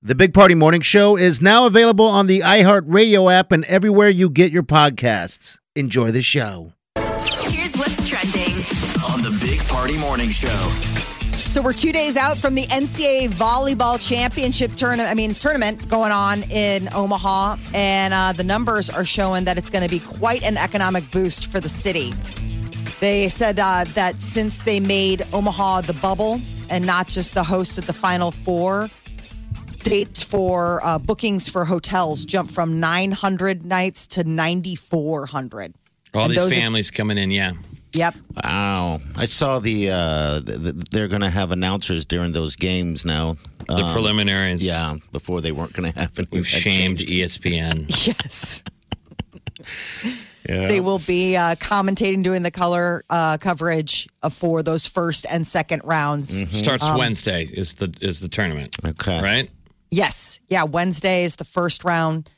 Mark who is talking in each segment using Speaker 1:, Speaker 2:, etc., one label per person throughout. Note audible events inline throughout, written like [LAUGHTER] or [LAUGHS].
Speaker 1: The Big Party Morning Show is now available on the iHeartRadio app and everywhere you get your podcasts. Enjoy the show.
Speaker 2: Here's what's trending
Speaker 3: on the Big Party Morning Show.
Speaker 4: So we're two days out from the NCAA volleyball championship tournament. I mean tournament going on in Omaha, and uh, the numbers are showing that it's going to be quite an economic boost for the city. They said uh, that since they made Omaha the bubble and not just the host of the Final Four, dates for uh, bookings for hotels jumped from 900 nights to 9,400.
Speaker 5: All
Speaker 4: And
Speaker 5: these
Speaker 4: those-
Speaker 5: families coming in, yeah.
Speaker 4: Yep.
Speaker 6: Wow. I saw the, uh, th- th- they're going to have announcers during those games now.
Speaker 5: The
Speaker 6: Um,
Speaker 5: preliminaries.
Speaker 6: Yeah, before they weren't going to have any.
Speaker 5: We've shamed E
Speaker 4: Mm-hmm.
Speaker 5: ESPN.
Speaker 4: [LAUGHS] Yes.
Speaker 6: Yeah.
Speaker 4: They will be uh, commentating, doing the color uh, coverage uh, for those first and second rounds.
Speaker 5: Starts Wednesday is the is the tournament.
Speaker 6: Okay.
Speaker 5: Right?
Speaker 4: Yes. Yeah. Wednesday is the first round,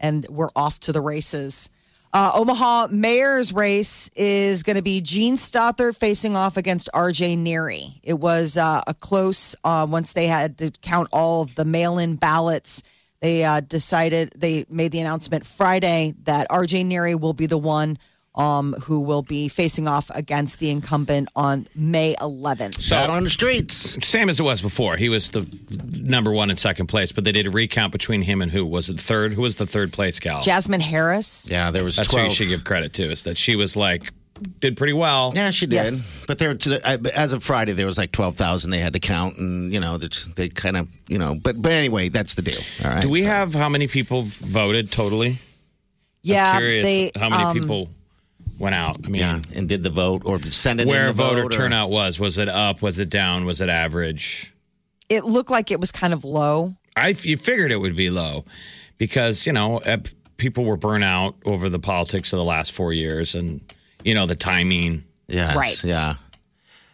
Speaker 4: and we're off to the races. Uh, Omaha mayor's race is going to be Gene Stothard facing off against R.J. Neary. It was uh, a close uh, once they had to count all of the mail-in ballots. They uh, decided they made the announcement Friday that R.J. Neary will be the one um, who will be facing off against the incumbent on May 11th.
Speaker 6: Out on the streets.
Speaker 5: Same as it was before. He was the number one and second place, but they did a recount between him and who was it third? Who was the third place gal?
Speaker 4: Jasmine Harris.
Speaker 6: Yeah, there was
Speaker 5: That's who
Speaker 6: 12.
Speaker 5: you should give credit to, is that she was like did pretty well.
Speaker 6: Yeah, she did.
Speaker 4: Yes.
Speaker 6: But there, as of Friday, there was like twelve thousand. They had to count, and you know, they, they kind of, you know. But but anyway, that's the deal. All right.
Speaker 5: Do we have how many people voted totally?
Speaker 4: Yeah,
Speaker 5: Curious
Speaker 4: they,
Speaker 5: how many
Speaker 4: um,
Speaker 5: people went out. I mean
Speaker 6: Yeah, and did the vote or send it in
Speaker 5: where
Speaker 6: the
Speaker 5: voter
Speaker 6: vote, or-
Speaker 5: turnout was. Was it up? Was it down? Was it average?
Speaker 4: It looked like it was kind of low.
Speaker 5: I you figured it would be low because you know eh, people were burnt out over the politics of the last four years and you know the timing.
Speaker 6: Yes,
Speaker 4: Right.
Speaker 6: Yeah.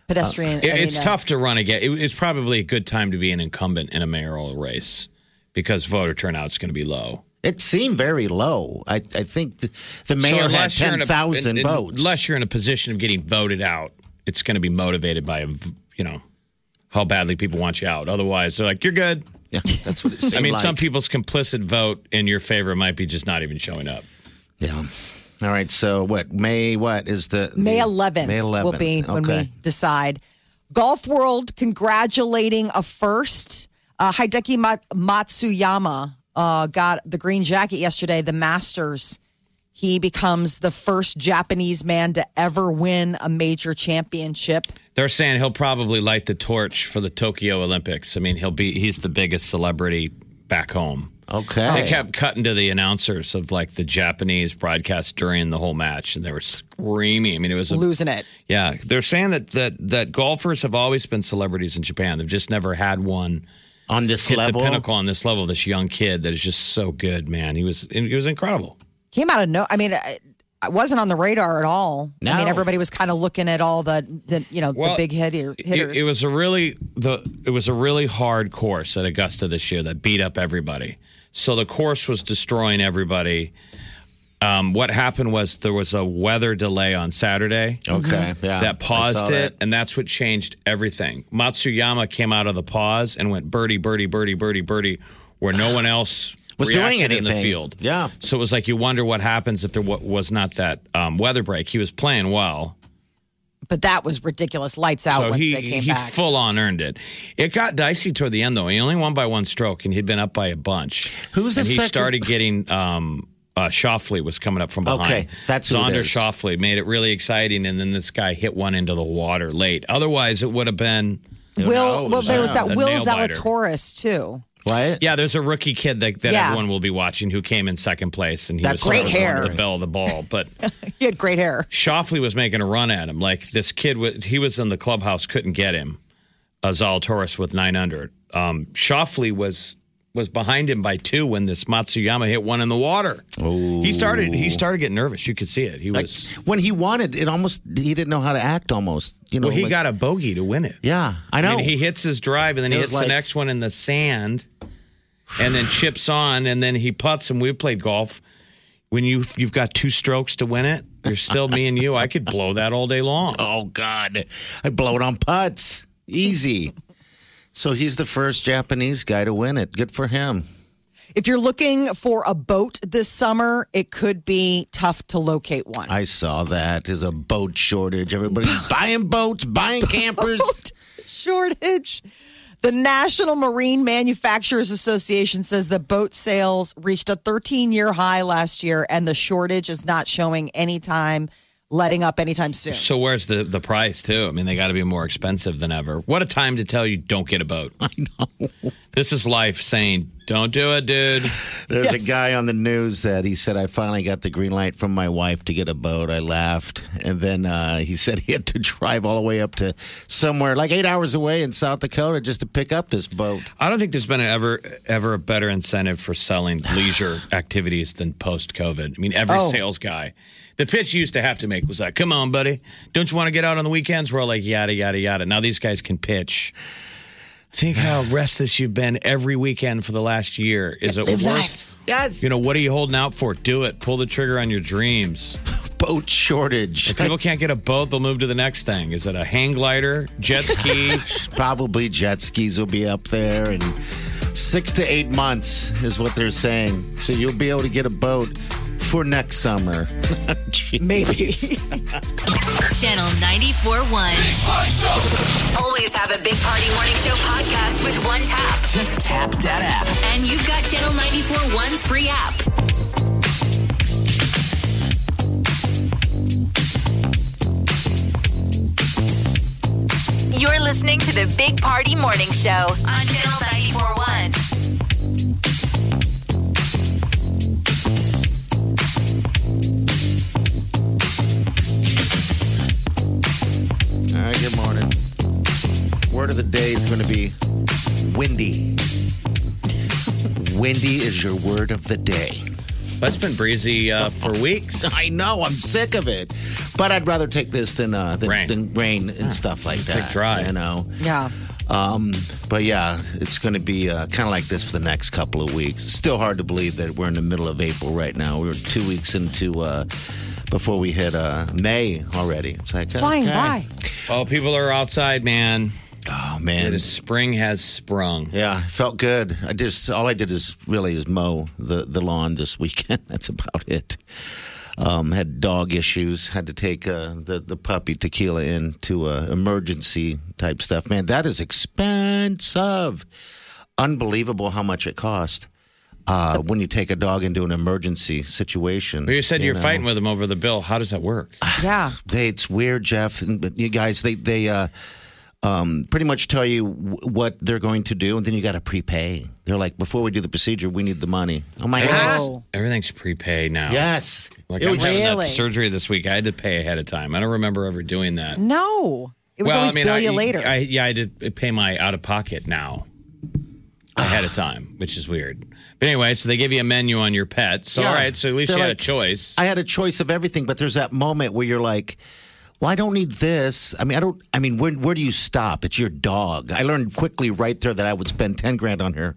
Speaker 4: pedestrian.
Speaker 5: It-
Speaker 4: I mean,
Speaker 5: it's
Speaker 4: uh,
Speaker 5: tough to run again. It, it's probably a good time to be an incumbent in a mayoral race because voter turnout's going to be low.
Speaker 6: It seemed very low. I I think the, the mayor had
Speaker 5: unless you're in
Speaker 6: ten
Speaker 5: a-
Speaker 6: thousand
Speaker 5: in- in-
Speaker 6: votes.
Speaker 5: Unless you're in a position of getting voted out, it's going to be motivated by you know how badly people want you out. Otherwise, they're like you're good.
Speaker 6: yeah, that's
Speaker 5: [LAUGHS]
Speaker 6: what it seemed
Speaker 5: I mean,
Speaker 6: like.
Speaker 5: some people's complicit vote in your favor might be just not even showing up.
Speaker 6: Yeah. All right. So what? May what is the
Speaker 4: May
Speaker 6: the-
Speaker 4: 11th,
Speaker 6: May eleventh
Speaker 4: will be when we
Speaker 6: okay.
Speaker 4: decide. Golf World congratulating a first. Uh, Hideki Mat- Matsuyama uh, got the green jacket yesterday, the Masters. He becomes the first Japanese man to ever win a major championship.
Speaker 5: They're saying he'll probably light the torch for the Tokyo Olympics. I mean, he'll be he's the biggest celebrity back home.
Speaker 6: Okay.
Speaker 5: They kept cutting to the announcers of like the Japanese broadcast during the whole match, and they were screaming. I mean, it was a,
Speaker 4: Losing it.
Speaker 5: yeah. They're saying that that that golfers have always been celebrities in Japan. They've just never had one
Speaker 6: on this
Speaker 5: hit
Speaker 6: level.
Speaker 5: the pinnacle on this level. This young kid that is just so good, man. He was he was incredible.
Speaker 4: Came out of no. I mean, I, I wasn't on the radar at all. I mean,
Speaker 6: No.
Speaker 4: everybody was kind of looking at all the, the you know the
Speaker 5: Well,
Speaker 4: big hit- hitters.
Speaker 5: It, it was a really the it was a really hard course at Augusta this year that beat up everybody. So the course was destroying everybody. Um, what happened was there was a weather delay on Saturday
Speaker 6: Okay. Oh,
Speaker 4: Mm-hmm.
Speaker 6: Yeah.
Speaker 5: that paused
Speaker 6: I saw
Speaker 5: it,
Speaker 6: that.
Speaker 5: and that's what changed everything. Matsuyama came out of the pause and went birdie, birdie, birdie, birdie, birdie,
Speaker 6: [SIGHS]
Speaker 5: where no one else
Speaker 6: Was doing
Speaker 5: reacted in the
Speaker 6: anything.
Speaker 5: field.
Speaker 6: Yeah.
Speaker 5: So it was like you wonder what happens if there wa- was not that um, weather break. He was playing well.
Speaker 4: but that was ridiculous. Lights out
Speaker 5: So
Speaker 4: once
Speaker 5: he,
Speaker 4: they came
Speaker 5: he
Speaker 4: back.
Speaker 5: full on earned it. It got dicey toward the end, though. He only won by one stroke, and he'd been up by a bunch.
Speaker 6: Who's the
Speaker 5: and he
Speaker 6: second-
Speaker 5: started getting. Um, uh, Shoffley was coming up from behind.
Speaker 6: Okay, that's who it
Speaker 5: Zonder
Speaker 6: is.
Speaker 5: Shoffley made it really exciting, and then this guy hit one into the water late. Otherwise, it would have been.
Speaker 4: Will,
Speaker 6: knows?
Speaker 4: well, there was
Speaker 5: Yeah.
Speaker 4: that
Speaker 5: The
Speaker 4: Will
Speaker 5: nail biter.
Speaker 4: Zalatoris too.
Speaker 6: What?
Speaker 5: Yeah, there's a rookie kid that, that
Speaker 4: Yeah.
Speaker 5: everyone will be watching who came in second place, and he
Speaker 6: That's
Speaker 5: was sort
Speaker 4: great
Speaker 5: of under
Speaker 4: hair.
Speaker 5: the bell of the ball, but.
Speaker 4: He had great hair.
Speaker 5: Shoffley was making a run at him. Like this kid, wa- he was in the clubhouse, couldn't get him. Uh, Zalatoris with nine under. Um, Shoffley was was behind him by two when this Matsuyama hit one in the water. Oh. He started he started getting nervous. You could see it. He
Speaker 6: Like
Speaker 5: was
Speaker 6: when he wanted, it almost he didn't know how to act. Almost, you know.
Speaker 5: well. He
Speaker 6: like-
Speaker 5: got a bogey to win it.
Speaker 6: Yeah, I know.
Speaker 5: I mean, he hits his drive and then he
Speaker 6: It
Speaker 5: hits
Speaker 6: was
Speaker 5: the
Speaker 6: like-
Speaker 5: next one in the sand and then chips on and then he putts and we played golf. When you you've got two strokes to win it, you're still me and you. I could blow that all day long.
Speaker 6: oh God, I blow it on putts. Easy. so he's the first Japanese guy to win it. Good for him.
Speaker 4: If you're looking for a boat this summer, it could be tough to locate one. [LAUGHS]
Speaker 6: I saw that. There's a boat shortage. Everybody's buying boats, buying campers.
Speaker 4: shortage. The National Marine Manufacturers Association says the boat sales reached a 13 year high last year, and the shortage is not showing any time letting up anytime soon.
Speaker 5: So where's the the price too? I mean, they got to be more expensive than ever. What a time to tell you don't get a boat. [LAUGHS] I know. This is life saying don't do it, dude.
Speaker 6: There's
Speaker 4: Yes.
Speaker 6: a guy on the news that he said, I finally got the green light from my wife to get a boat. I laughed. And then uh, he [LAUGHS] said he had to drive all the way up to somewhere like eight hours away in South Dakota just to pick up this boat.
Speaker 5: I don't think there's been ever ever a better incentive for selling leisure activities than post COVID. I mean, every
Speaker 4: Oh.
Speaker 5: sales guy, the pitch you used to have to make was like, "Come on, buddy, don't you want to get out on the weekends?" We're all like, "Yada yada yada." Now these guys can pitch. Think how restless you've been every weekend for the last year. Is it
Speaker 4: Live
Speaker 5: worth?
Speaker 4: life.
Speaker 6: Yes.
Speaker 5: You know what are you holding out for? Do it. Pull the trigger on your dreams.
Speaker 6: boat shortage. [LAUGHS]
Speaker 5: If people can't get a boat, they'll move to the next thing. Is it a hang glider, jet ski?
Speaker 6: Probably jet skis will be up there in six to eight months, is what they're saying. So you'll be able to get a boat for next summer. [LAUGHS] Gee.
Speaker 4: Maybe.
Speaker 2: Channel 941. Always have a Big Party Morning Show podcast with one tap.
Speaker 3: Just tap that app.
Speaker 2: And you've got Channel 941's free app. You're listening to the Big Party Morning Show on Channel 941.
Speaker 6: All right, good morning. Word of the day is going to be windy. windy is your word of the day.
Speaker 5: That's been breezy uh, for weeks.
Speaker 6: I know, I'm sick of it, but I'd rather take this than uh, than rain,
Speaker 5: Rain.
Speaker 6: than rain and stuff like that.
Speaker 5: take dry.
Speaker 6: you know. [LAUGHS]
Speaker 4: yeah.
Speaker 6: Um, but yeah, it's going to be uh, kind of like this for the next couple of weeks. Still hard to believe that we're in the middle of April right now. We're two weeks into uh, before we hit uh, May already. It's like
Speaker 4: Flying
Speaker 6: okay.
Speaker 4: by.
Speaker 5: Oh, people are outside, man.
Speaker 6: Oh
Speaker 5: And
Speaker 6: man,
Speaker 5: spring has sprung.
Speaker 6: Yeah, it felt good. I just all I did is really is mow the the lawn this [LAUGHS] weekend. That's about it. Um, had dog issues. Had to take uh, the the puppy tequila in to uh, emergency type stuff. Man, that is expensive. Unbelievable how much it cost uh, when you take a dog into an emergency situation.
Speaker 5: But you said you are
Speaker 6: know?
Speaker 5: fighting with them over the bill. How does that work?
Speaker 4: Yeah.
Speaker 6: They, it's weird, Jeff. and- But you guys, they they uh, um, pretty much tell you w- what they're going to do, and then you got to prepay. They're like, before we do the procedure, we need the money. I'm like, ah,
Speaker 4: Oh.
Speaker 5: Everything's prepaid now.
Speaker 6: yes.
Speaker 5: Like
Speaker 6: It
Speaker 5: I'm
Speaker 6: was just-
Speaker 5: having that
Speaker 4: Really?
Speaker 5: surgery this week. I had to pay ahead of time. I don't remember ever doing that.
Speaker 4: No. It was always bill you
Speaker 5: I, e
Speaker 4: later.
Speaker 5: I, yeah, I did pay my out of pocket now ahead of time, which is weird. But anyway, so they give you a menu on your pet. So
Speaker 6: Yeah.
Speaker 5: all right, so at least
Speaker 6: They're
Speaker 5: you had
Speaker 6: like-
Speaker 5: a choice.
Speaker 6: I had a choice of everything, but there's that moment where you're like. Well, I don't need this. I mean, I don't. I mean, where where do you stop? It's your dog. I learned quickly right there that I would spend ten grand on her.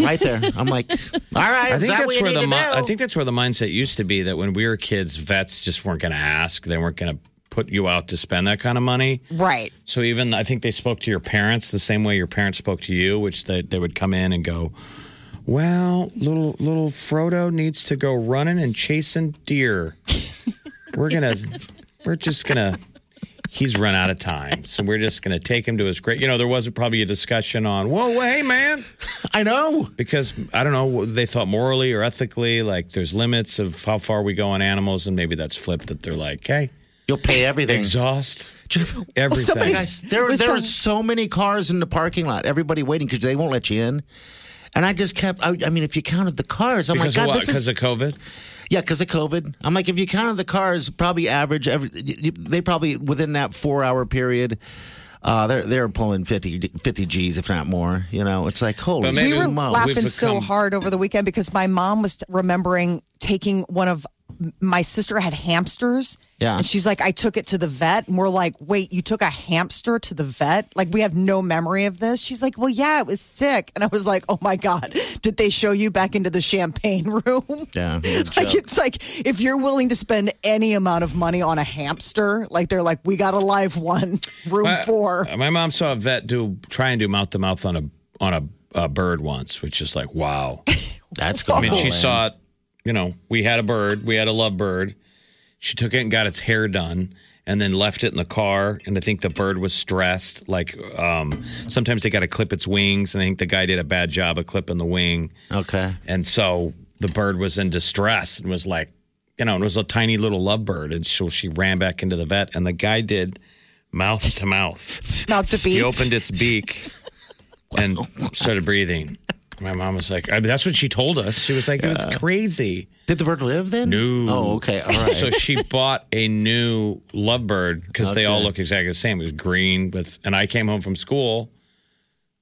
Speaker 6: Right there, I'm like, [LAUGHS] all right.
Speaker 5: I
Speaker 6: is
Speaker 5: think
Speaker 6: that what
Speaker 5: that's
Speaker 6: you
Speaker 5: where
Speaker 6: need
Speaker 5: the
Speaker 6: to
Speaker 5: mi-
Speaker 6: know?
Speaker 5: I think that's where the mindset used to be that when we were kids, vets just weren't going to ask. They weren't going to put you out to spend that kind of money.
Speaker 4: right.
Speaker 5: So even I think they spoke to your parents the same way your parents spoke to you, which they, they would come in and go, "Well, little little Frodo needs to go running and chasing deer. We're gonna, we're just gonna." He's run out of time, so we're just going to take him to his grave. You know, there wasn't probably a discussion on, whoa, well, hey, man,
Speaker 6: I know.
Speaker 5: because I don't know, they thought morally or ethically, like there's limits of how far we go on animals, and maybe that's flipped that they're like, hey,
Speaker 6: You'll pay everything.
Speaker 5: exhaust
Speaker 6: Jeff,
Speaker 5: everything.
Speaker 4: somebody-
Speaker 6: guys, there,
Speaker 4: was
Speaker 6: there
Speaker 4: to-
Speaker 6: were so many cars in the parking lot. Everybody waiting because they won't let you in. And I just kept. I, I mean, if you counted the cars, I'm
Speaker 5: because
Speaker 6: like,
Speaker 5: of
Speaker 6: oh God,
Speaker 5: what?
Speaker 6: this
Speaker 5: Because
Speaker 6: is
Speaker 5: of COVID?
Speaker 6: yeah, because of COVID. I'm like, if you counted the cars, probably average. Every, y- y- they probably within that four hour period. Uh, they're they're pulling 50, 50 G's if not more. You know, it's like holy
Speaker 5: But maybe-
Speaker 4: we were
Speaker 6: smokes.
Speaker 5: laugh-
Speaker 4: laughing
Speaker 5: We've
Speaker 4: so
Speaker 5: become-
Speaker 4: hard over the weekend because my mom was remembering taking one of my sister had hamsters.
Speaker 6: Yeah.
Speaker 4: And she's like, I took it to the vet. And we're like, wait, you took a hamster to the vet? Like, we have no memory of this. She's like, well, yeah, it was sick. And I was like, oh my God, did they show you back into the champagne [LAUGHS] room?
Speaker 6: Yeah,
Speaker 4: like, it's like, if you're willing to spend any amount of money on a hamster, like, they're like, we got a live one, room
Speaker 5: My- uh,
Speaker 4: four.
Speaker 5: My mom saw a vet do try and do mouth to mouth on a on a, a bird once, which is like wow.
Speaker 6: That's
Speaker 5: I
Speaker 6: going.
Speaker 5: mean,
Speaker 6: on.
Speaker 4: Oh,
Speaker 5: she saw it. You know, we had a bird, we had a love bird. She took it and got its hair done, and then left it in the car. And I think the bird was stressed. Like um, sometimes they got to clip its wings, and I think the guy did a bad job of clipping the wing.
Speaker 6: Okay.
Speaker 5: And so the bird was in distress and was like, you know, it was a tiny little lovebird. And so she ran back into the vet, and the guy did mouth to mouth.
Speaker 4: Not to be.
Speaker 5: [LAUGHS] He opened its beak and started breathing. My mom was like, I mean, that's what she told us. She was like, it was crazy.
Speaker 6: Did the bird live then?
Speaker 5: No.
Speaker 6: Oh, okay. All right.
Speaker 5: [LAUGHS] So she bought a new lovebird because they all look exactly the same. It was green with, and I came home from school,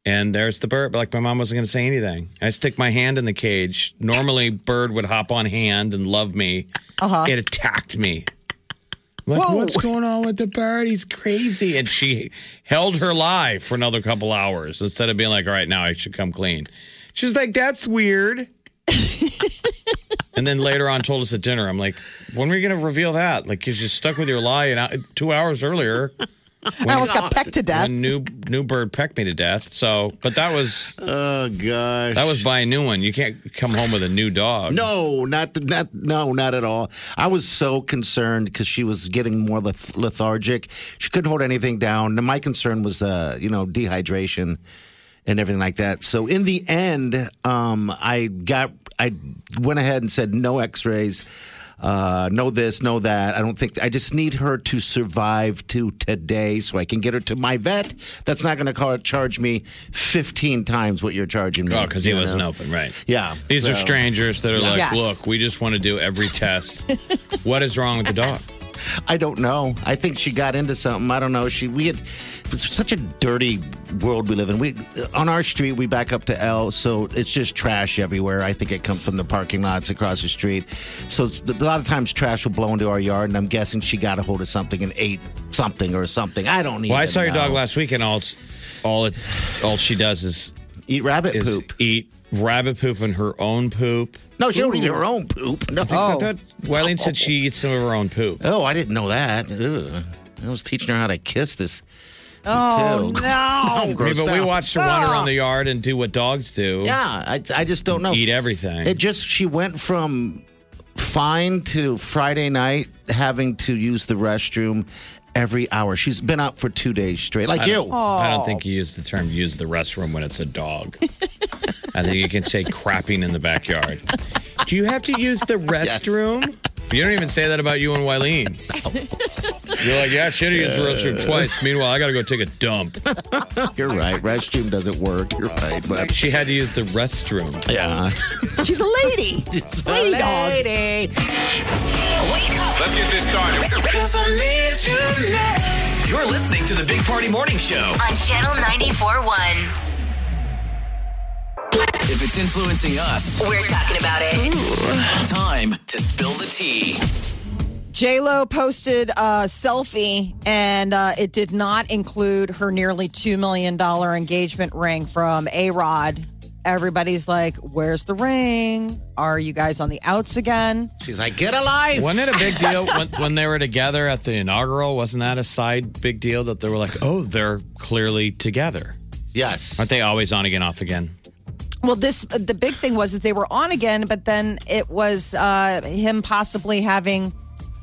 Speaker 5: and there's the bird. But like my mom wasn't going to say anything. I stick my hand in the cage. Normally, bird would hop on hand and love me. Uh-huh. It attacked me. I'm Like,
Speaker 4: Whoa.
Speaker 5: what's going on with the bird? He's crazy. And she held her live for another couple hours instead of being like, all right, now I should come clean. She's like, that's weird. And then later on, told us at dinner, I'm like, when are you going to reveal that? Like, you just stuck with your lie. And I, two
Speaker 6: [LAUGHS]
Speaker 5: hours earlier,
Speaker 4: I almost got pecked to death.
Speaker 5: a new new bird pecked me to death. So, but that was
Speaker 6: oh gosh.
Speaker 5: that was buying a new one. You can't come home with a new dog.
Speaker 6: No, not th- not no, not at all. I was so concerned because she was getting more leth- lethargic. She couldn't hold anything down. And my concern was, uh, you know, dehydration and everything like that. So in the end, um, I got I went ahead and said no X-rays. Uh, no this, no that. I don't think I just need her to survive to today so I can get her to my vet. That's not going to charge me 15 times what you're charging me.
Speaker 5: Oh, because he
Speaker 6: you
Speaker 5: wasn't
Speaker 6: know?
Speaker 5: open, right?
Speaker 6: Yeah.
Speaker 5: These are
Speaker 6: so-
Speaker 5: strangers that are like,
Speaker 4: Yes.
Speaker 5: look, we just want to do
Speaker 6: [LAUGHS]
Speaker 5: every test. what is wrong with the dog?
Speaker 6: I don't know. I think she got into something. I don't know. She we had it's such a dirty world we live in. We on our street we back up to L, so it's just trash everywhere. I think it comes from the parking lots across the street. So it's, a lot of times trash will blow into our yard, and I'm guessing she got a hold of something and ate something or something. I don't even.
Speaker 5: Well, I saw your
Speaker 6: know.
Speaker 5: dog last week, and all it's- all it, all she does is
Speaker 6: eat rabbit
Speaker 5: is
Speaker 6: poop.
Speaker 5: eat rabbit poop and her own poop.
Speaker 6: No, she don't eat her own poop. No.
Speaker 5: I thought Wileen said she eats some of her own poop.
Speaker 6: Oh, I didn't know that. Ew. I was teaching her how to kiss this.
Speaker 4: Oh,
Speaker 6: too. [LAUGHS]
Speaker 4: no.
Speaker 6: I'm
Speaker 5: I mean,
Speaker 6: grossed
Speaker 5: but we
Speaker 6: out.
Speaker 5: watched her wander around the yard and do what dogs do.
Speaker 6: Yeah, I, I just don't know.
Speaker 5: Eat everything.
Speaker 6: It just she went from fine to Friday night having to use the restroom every hour. She's been out for two days straight. Like you.
Speaker 5: I don't think you use the term use the restroom when it's a dog. I think you can say crapping in the backyard. Do you have to use the restroom? You don't even say that about you and Wileen. You're like, yeah, I should have used the restroom twice. Meanwhile, I got to go take a dump.
Speaker 6: You're right. Restroom doesn't work. You're right. But
Speaker 5: She had to use the restroom.
Speaker 6: yeah.
Speaker 4: [LAUGHS] She's a lady. lady dog.
Speaker 2: Wake up.
Speaker 3: Let's get this started. You're listening to the Big Party Morning Show.
Speaker 2: On Channel 94.1.
Speaker 3: If it's influencing us,
Speaker 2: We're talking about it.
Speaker 3: time to spill the tea.
Speaker 4: J Lo posted a selfie, and uh, it did not include her nearly two million dollar engagement ring from A Rod. Everybody's like, "Where's the ring? Are you guys on the outs again?"
Speaker 6: She's like, get a life.
Speaker 5: Wasn't it a big deal when, when they were together at the inaugural? Wasn't that a side big deal that they were like, oh, they're clearly together?
Speaker 6: Yes.
Speaker 5: Aren't they always on again, off again?
Speaker 4: Well, this the big thing was that they were on again, but then it was uh, him possibly having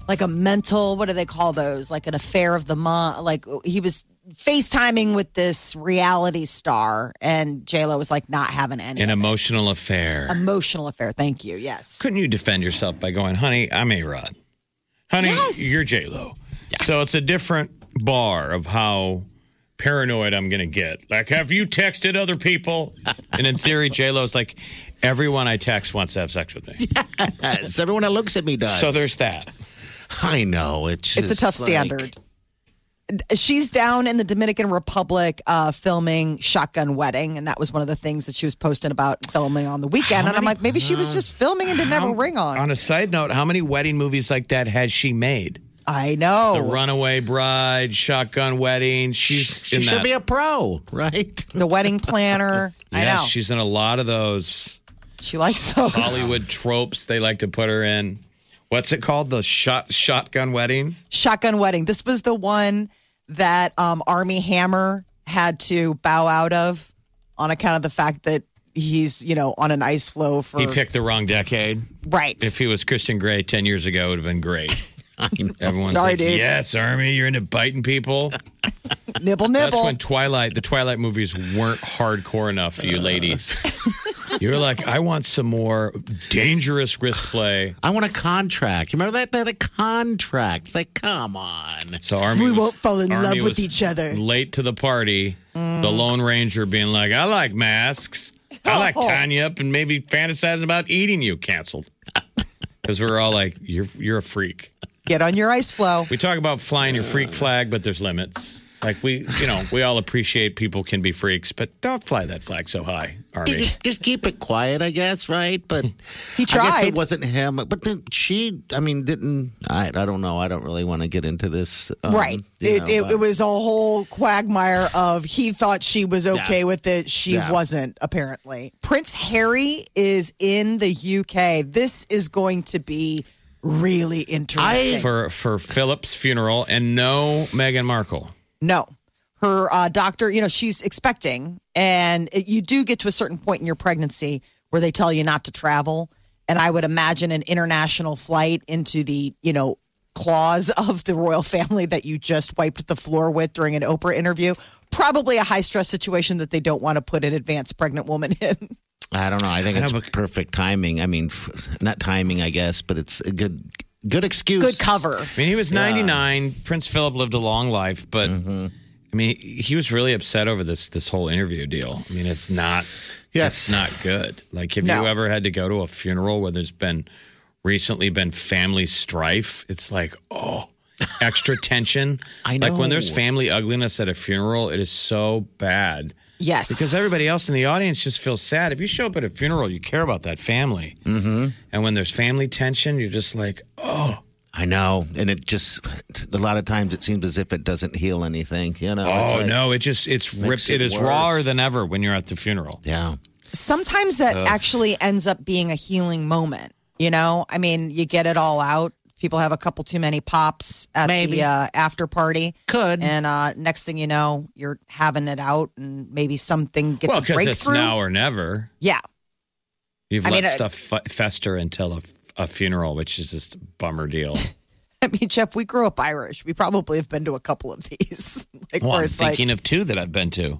Speaker 4: like a mental what do they call those? Like an affair of the month. Like he was FaceTiming with this reality star, and J Lo was like not having any of
Speaker 5: An
Speaker 4: it.
Speaker 5: emotional affair.
Speaker 4: emotional affair. Thank you. Yes.
Speaker 5: couldn't you defend yourself by going, honey, I'm A Rod. Honey,
Speaker 4: Yes.
Speaker 5: you're J Lo. So it's a different bar of how paranoid I'm going to get. Like, have you texted
Speaker 6: [LAUGHS]
Speaker 5: other people? and in theory, J Lo's like, everyone I text wants to have sex with me.
Speaker 6: Yes. Everyone that looks at me does.
Speaker 5: So there's that.
Speaker 6: I know. It's
Speaker 4: It's a
Speaker 6: just
Speaker 4: tough
Speaker 6: like-
Speaker 4: standard. she's down in the Dominican Republic uh, filming Shotgun Wedding, and that was one of the things that she was posting about filming on the weekend. and I'm like, maybe she was just filming and didn't have
Speaker 5: How-
Speaker 4: a ring on.
Speaker 5: On a side note, how many wedding movies like that has she made?
Speaker 4: I know.
Speaker 6: Oh.
Speaker 5: The Runaway Bride, Shotgun Wedding. She's
Speaker 6: She
Speaker 5: in
Speaker 6: should
Speaker 5: that.
Speaker 6: be a pro, right?
Speaker 4: the wedding planner.
Speaker 6: [LAUGHS]
Speaker 4: I
Speaker 5: yeah,
Speaker 4: know.
Speaker 5: she's in a lot of those
Speaker 4: she likes those.
Speaker 5: Hollywood tropes they like to put her in. What's it called? The shot shotgun wedding?
Speaker 4: Shotgun Wedding. This was the one that um, Army Hammer had to bow out of on account of the fact that he's, you know, on an ice floe for
Speaker 5: He picked the wrong decade.
Speaker 4: right.
Speaker 5: If he was Christian Grey 10 years ago, it would have been great.
Speaker 6: I know.
Speaker 5: Everyone's
Speaker 4: Sorry,
Speaker 5: like,
Speaker 4: dude.
Speaker 5: yes, Army, you're into biting people.
Speaker 4: [LAUGHS] nibble
Speaker 5: That's
Speaker 4: nibble.
Speaker 5: when Twilight, the Twilight movies weren't hardcore enough for you ladies. You're like, I want some more dangerous risk play.
Speaker 6: I want a contract. You remember that? They had a contract. It's like, come on.
Speaker 5: So Army
Speaker 4: We
Speaker 5: was-
Speaker 4: won't fall in
Speaker 5: Army
Speaker 4: love with
Speaker 5: was
Speaker 4: each other.
Speaker 5: Late to the party, the Lone Ranger being like, I like masks. I like tying you up and maybe fantasizing about eating you. Canceled. [LAUGHS] Because we were all like, you're, you're a freak.
Speaker 4: Get on your ice floe.
Speaker 5: We talk about flying your freak flag, but there's limits. Like we, you know, we all appreciate people can be freaks, but don't fly that flag so high, Army.
Speaker 6: Just, just keep it quiet, I guess, right? But
Speaker 4: He
Speaker 6: I guess
Speaker 4: tried.
Speaker 6: it wasn't him. But then she, I mean, didn't. I, I don't know. I don't really want to get into this. um,
Speaker 4: Right.
Speaker 6: you
Speaker 4: It,
Speaker 6: know,
Speaker 4: it,
Speaker 6: but-
Speaker 4: it was a whole quagmire of he thought she was okay
Speaker 6: Yeah.
Speaker 4: with it. She
Speaker 6: Yeah.
Speaker 4: wasn't, apparently. Prince Harry is in the UK. This is going to be really interesting.
Speaker 5: for for Philip's funeral and no Meghan Markle.
Speaker 4: No. Her uh, doctor, you know, she's expecting, and it, you do get to a certain point in your pregnancy where they tell you not to travel. And I would imagine an international flight into the, you know, claws [LAUGHS] of the royal family that you just wiped the floor with during an Oprah interview. Probably a high stress situation that they don't want to put an advanced pregnant woman [LAUGHS] in.
Speaker 6: I don't know. I think it's
Speaker 5: know, but-
Speaker 6: perfect timing. I mean, f- not timing, I guess, but it's a good, good excuse.
Speaker 4: Good cover.
Speaker 5: I mean, he was 99. Prince Philip lived a long life, but
Speaker 6: Mm-hmm.
Speaker 5: I mean, he was really upset over this this whole interview deal. I mean, it's not
Speaker 6: Yes.
Speaker 5: it's not good. Like, have
Speaker 4: No.
Speaker 5: you ever had to go to a funeral where there's been recently been family strife? It's like,
Speaker 6: [LAUGHS]
Speaker 5: oh, extra tension.
Speaker 6: I
Speaker 5: Like when
Speaker 6: know.
Speaker 5: there's family ugliness at a funeral, it is so bad
Speaker 4: Yes.
Speaker 5: because everybody else in the audience just feels sad. If you show up at a funeral, you care about that family, mm-hmm. and when there's family tension, you're just like, oh,
Speaker 6: I know, and it just a lot of times it seems as if it doesn't heal anything. You know? It's
Speaker 5: Oh
Speaker 6: like-
Speaker 5: no! It just it's ripped.
Speaker 6: it
Speaker 5: It is
Speaker 6: worse.
Speaker 5: rawer than ever when you're at the funeral.
Speaker 6: Yeah.
Speaker 4: sometimes that actually ends up being a healing moment. You know, I mean, you get it all out. People have a couple too many pops at
Speaker 6: Maybe.
Speaker 4: the uh, after party.
Speaker 6: Could.
Speaker 4: and uh, next thing you know, you're having it out, and maybe something gets
Speaker 5: well,
Speaker 4: a
Speaker 5: because
Speaker 4: breakthrough.
Speaker 5: it's now or never.
Speaker 4: yeah, [LAUGHS]
Speaker 5: You've
Speaker 4: I
Speaker 5: let
Speaker 4: mean, uh, I-
Speaker 5: stuff f- fester until a, a funeral, which is just a
Speaker 4: [LAUGHS]
Speaker 5: bummer deal.
Speaker 4: I mean, Jeff, we grew up Irish. We probably have been to a couple of these, [LAUGHS] like
Speaker 5: Well,
Speaker 4: where
Speaker 5: I'm
Speaker 4: it's like
Speaker 5: thinking of two that I've been to.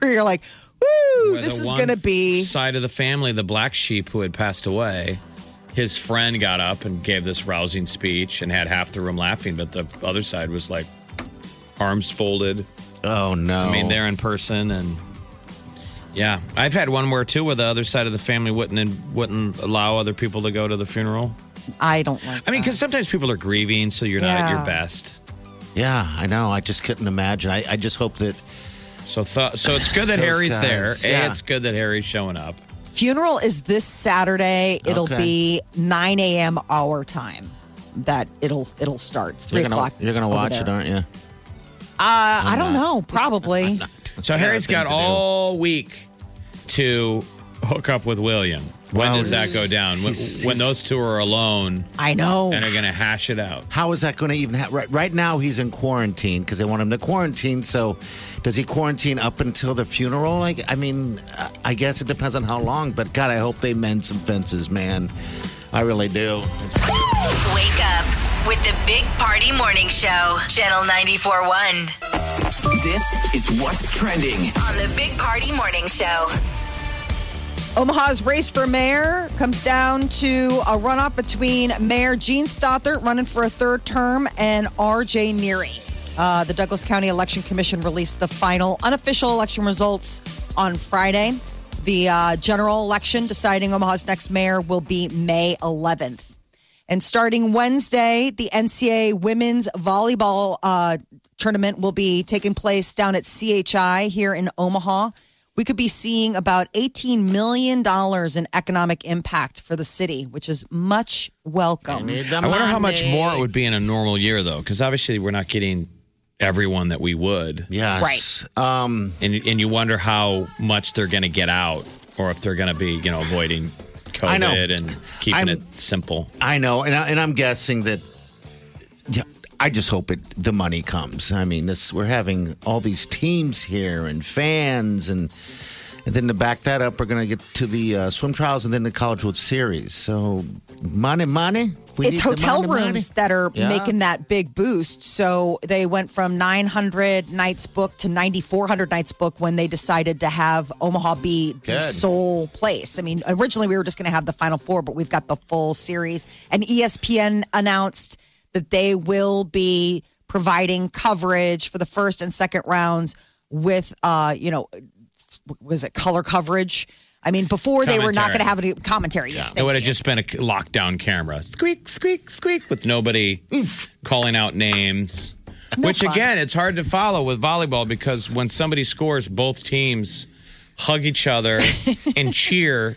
Speaker 4: where you're like, "Woo, [LAUGHS]
Speaker 5: Where
Speaker 4: this
Speaker 5: the
Speaker 4: is
Speaker 5: one
Speaker 4: gonna be."
Speaker 5: side of the family, the black sheep who had passed away. His friend got up and gave this rousing speech and had half the room laughing, but the other side was like arms folded.
Speaker 6: Oh no.
Speaker 5: I mean, they're in person, and yeah, I've had one where too, where the other side of the family wouldn't and wouldn't allow other people to go to the funeral.
Speaker 4: I don't like.
Speaker 5: I mean,
Speaker 4: that.
Speaker 5: because sometimes people are grieving, so you're not at your
Speaker 4: Yeah.
Speaker 5: best.
Speaker 6: Yeah, I know. I just couldn't imagine. I, I just hope that
Speaker 5: So, th- so it's good that
Speaker 6: Those
Speaker 5: Harry's
Speaker 6: guys,
Speaker 5: there.
Speaker 6: yeah.
Speaker 5: A, it's good that Harry's showing up.
Speaker 4: Funeral is this Saturday. It'll be 9 a.m. our time that it'll it'll start. It's three
Speaker 6: you're gonna
Speaker 4: o'clock.
Speaker 6: you're gonna
Speaker 4: over
Speaker 6: watch
Speaker 4: there.
Speaker 6: it, aren't you?
Speaker 4: Uh, I don't
Speaker 6: [LAUGHS]
Speaker 4: know. Probably.
Speaker 5: So
Speaker 6: Yeah,
Speaker 5: Harry's
Speaker 6: thing
Speaker 5: got
Speaker 6: to do.
Speaker 5: all week to hook up with William. When
Speaker 6: Wow,
Speaker 5: does that
Speaker 6: he's-
Speaker 5: go down? When,
Speaker 6: he's-
Speaker 5: when
Speaker 6: he's-
Speaker 5: those two are alone
Speaker 4: I
Speaker 6: [LAUGHS]
Speaker 4: know.
Speaker 5: and are going to hash it out.
Speaker 6: How is that going to even happen? Right, right now, he's in quarantine because they want him to quarantine. So, does he quarantine up until the funeral? Like, I mean, I- I guess it depends on how long. But God, I hope they mend some fences, man. I really do.
Speaker 2: Wake up with the Big Party Morning Show, Channel 94.1.
Speaker 3: This is what's trending.
Speaker 2: On the Big Party Morning Show.
Speaker 4: Omaha's race for mayor comes down to a runoff between Mayor Gene Stothert running for a third term and R.J. Neary. Uh, the Douglas County Election Commission released the final unofficial election results on Friday. The uh, general election deciding Omaha's next mayor will be May 11th. And starting Wednesday, the NCAA women's volleyball uh, tournament will be taking place down at CHI here in Omaha. We could be seeing about $18 million in economic impact for the city, which is much welcome.
Speaker 5: I wonder how much more it would be in a normal year, though, because obviously we're not getting everyone that we would,
Speaker 6: Yes. Right. Um,
Speaker 5: and and you wonder how much they're going to get out, or if they're going to be, you know, avoiding
Speaker 6: I know.
Speaker 5: COVID and keeping
Speaker 6: I'm-
Speaker 5: it simple.
Speaker 6: I know, and I, and I'm guessing that. Yeah, I just hope it the money comes. I mean, this we're having all these teams here and fans, and and then to back that up, we're going to get to the uh, swim trials and then the College World Series. So money, money. We
Speaker 4: it's
Speaker 6: need the
Speaker 4: hotel
Speaker 6: money, money.
Speaker 4: rooms that are
Speaker 6: Yeah.
Speaker 4: making that big boost. So they went from 900 nights booked to 9,400 nights booked when they decided to have Omaha be the
Speaker 6: Good.
Speaker 4: sole place. I mean, originally we were just going to have the Final Four, but we've got the full series. And E ESPN announced that they will be providing coverage for the first and second rounds with, uh, you know, was it color coverage? I mean, before they were not
Speaker 5: Commentary.
Speaker 4: going to have any commentary. Yes,
Speaker 5: It
Speaker 4: thank
Speaker 5: would have
Speaker 4: you.
Speaker 5: just been a lockdown camera, squeak, squeak, squeak, with nobody calling out names. Which
Speaker 4: fun.
Speaker 5: again, it's hard to follow with volleyball because when somebody scores, both teams hug
Speaker 4: [LAUGHS]
Speaker 5: each other and cheer.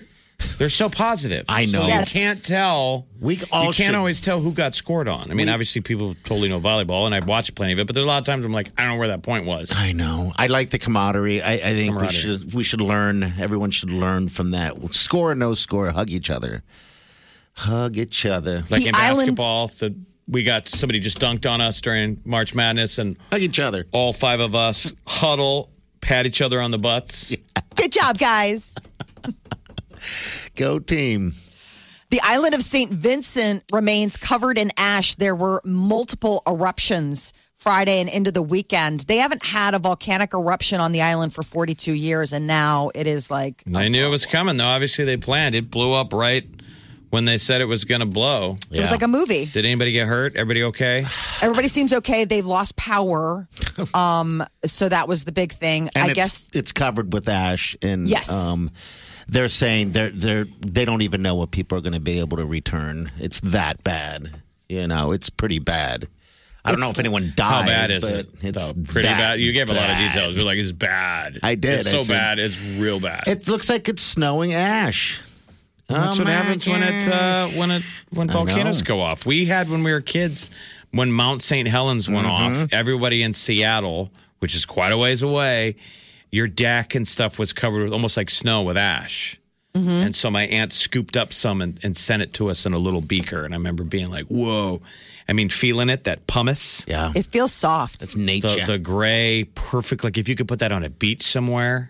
Speaker 5: They're so positive.
Speaker 6: I
Speaker 5: So
Speaker 6: know.
Speaker 4: Yes.
Speaker 5: you can't tell.
Speaker 6: We all
Speaker 5: you can't
Speaker 6: should-
Speaker 5: always tell who got scored on. I mean, obviously, people totally know volleyball, and I've watched plenty of it. But there are a lot of times I'm like, I don't know where that point was.
Speaker 6: I know. I like the camaraderie. I, I think we
Speaker 5: Camaraderie.
Speaker 6: should we should learn. Everyone should learn from that. Score or no score, hug each other. Hug each other.
Speaker 5: Like
Speaker 4: The
Speaker 5: in
Speaker 4: island-
Speaker 5: basketball, if the, we got somebody just dunked on us during March Madness, and
Speaker 6: Hug each other.
Speaker 5: all five of us huddle, pat each other on the butts.
Speaker 4: Good job, guys.
Speaker 6: Go team.
Speaker 4: The island of St. Vincent remains covered in ash. There were multiple eruptions Friday and into the weekend. They haven't had a volcanic eruption on the island for 42 years, and now it is like
Speaker 5: They knew it was coming, though. Obviously, they planned. It blew up right when they said it was going to blow.
Speaker 4: it was like a movie.
Speaker 5: Did anybody get hurt? Everybody okay?
Speaker 4: Everybody seems okay. They've lost power, um, so that was the big thing.
Speaker 6: And
Speaker 4: I
Speaker 6: it's,
Speaker 4: guess
Speaker 6: it's covered with ash, and
Speaker 4: Yes.
Speaker 6: um, they're saying they're they're they don't even know what people are going to be able to return. It's that bad, you know. It's pretty bad. I don't know if anyone
Speaker 5: How
Speaker 6: died.
Speaker 5: bad is
Speaker 6: but
Speaker 5: it?
Speaker 6: It's
Speaker 5: though? pretty
Speaker 6: that
Speaker 5: bad. You gave a lot of
Speaker 6: bad.
Speaker 5: details. You're like, it's bad.
Speaker 6: I did.
Speaker 5: It's
Speaker 6: I
Speaker 5: so
Speaker 6: said-
Speaker 5: bad. It's real bad.
Speaker 6: It looks like it's snowing ash.
Speaker 5: That's
Speaker 6: Oh
Speaker 5: what
Speaker 6: my
Speaker 5: happens when it uh, when it when volcanoes go off. We had when we were kids when Mount St. Helens went
Speaker 6: Mm-hmm.
Speaker 5: off. Everybody in Seattle, which is quite a ways away, your deck and stuff was covered with almost like snow with ash.
Speaker 6: Mm-hmm.
Speaker 5: And so my aunt scooped up some and, and sent it to us in a little beaker. And I remember being like, "Whoa!" I mean, feeling it that pumice,
Speaker 6: Yeah,
Speaker 4: it feels soft.
Speaker 6: it's nature.
Speaker 5: the the gray, perfect. Like if you could put that on a beach somewhere.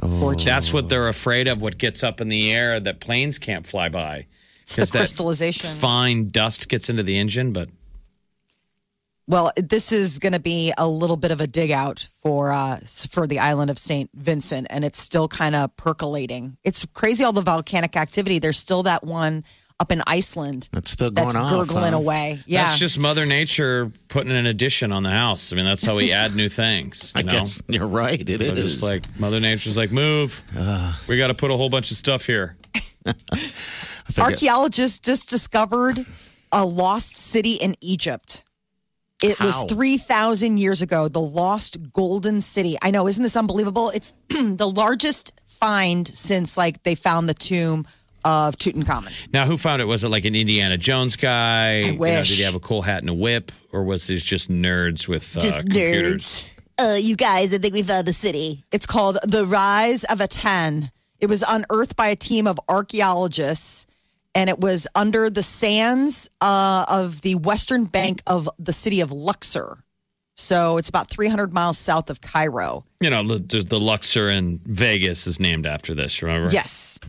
Speaker 4: gorgeous.
Speaker 5: That's what they're afraid of. What gets up in the air that planes can't fly by.
Speaker 4: It's the
Speaker 5: 'Cause that
Speaker 4: crystallization.
Speaker 5: Fine dust gets into the engine, but
Speaker 4: Well, this is going to be a little bit of a dig out for uh, s- for the island of Saint Vincent, and it's still kind of percolating. It's crazy all the volcanic activity. There's still that one up in Iceland
Speaker 6: It's still going
Speaker 4: that's
Speaker 6: off.
Speaker 4: gurgling
Speaker 6: huh?
Speaker 4: away. Yeah,
Speaker 5: that's just Mother Nature putting an addition on the house. I mean, that's how we add
Speaker 4: [LAUGHS]
Speaker 5: new things. You
Speaker 6: I
Speaker 5: know?
Speaker 6: guess you're right. It
Speaker 5: They're
Speaker 6: is
Speaker 5: just like Mother Nature's like, move. we got to put a whole bunch of stuff here.
Speaker 6: I forget-
Speaker 4: archaeologists just discovered a lost city in Egypt. It was
Speaker 6: How?
Speaker 4: 3,000 years ago, the lost golden city. I know, isn't this unbelievable? It's [CLEARS THROAT] the largest find since like they found the tomb of Tutankhamun.
Speaker 5: Now, who found it? Was it like an Indiana Jones guy? You know,
Speaker 4: wish.
Speaker 5: did he have a cool hat and a whip, or was this just nerds with uh,
Speaker 4: just
Speaker 5: computers?
Speaker 4: nerds. Uh, you guys, I think we found the city. It's called The Rise of a Ten. It was unearthed by a team of archaeologists, and it was under the sands uh, of the western bank of the city of Luxor. So it's about 300 miles south of Cairo.
Speaker 5: You know, the, the- the Luxor in Vegas is named after this. Remember?
Speaker 4: Yes.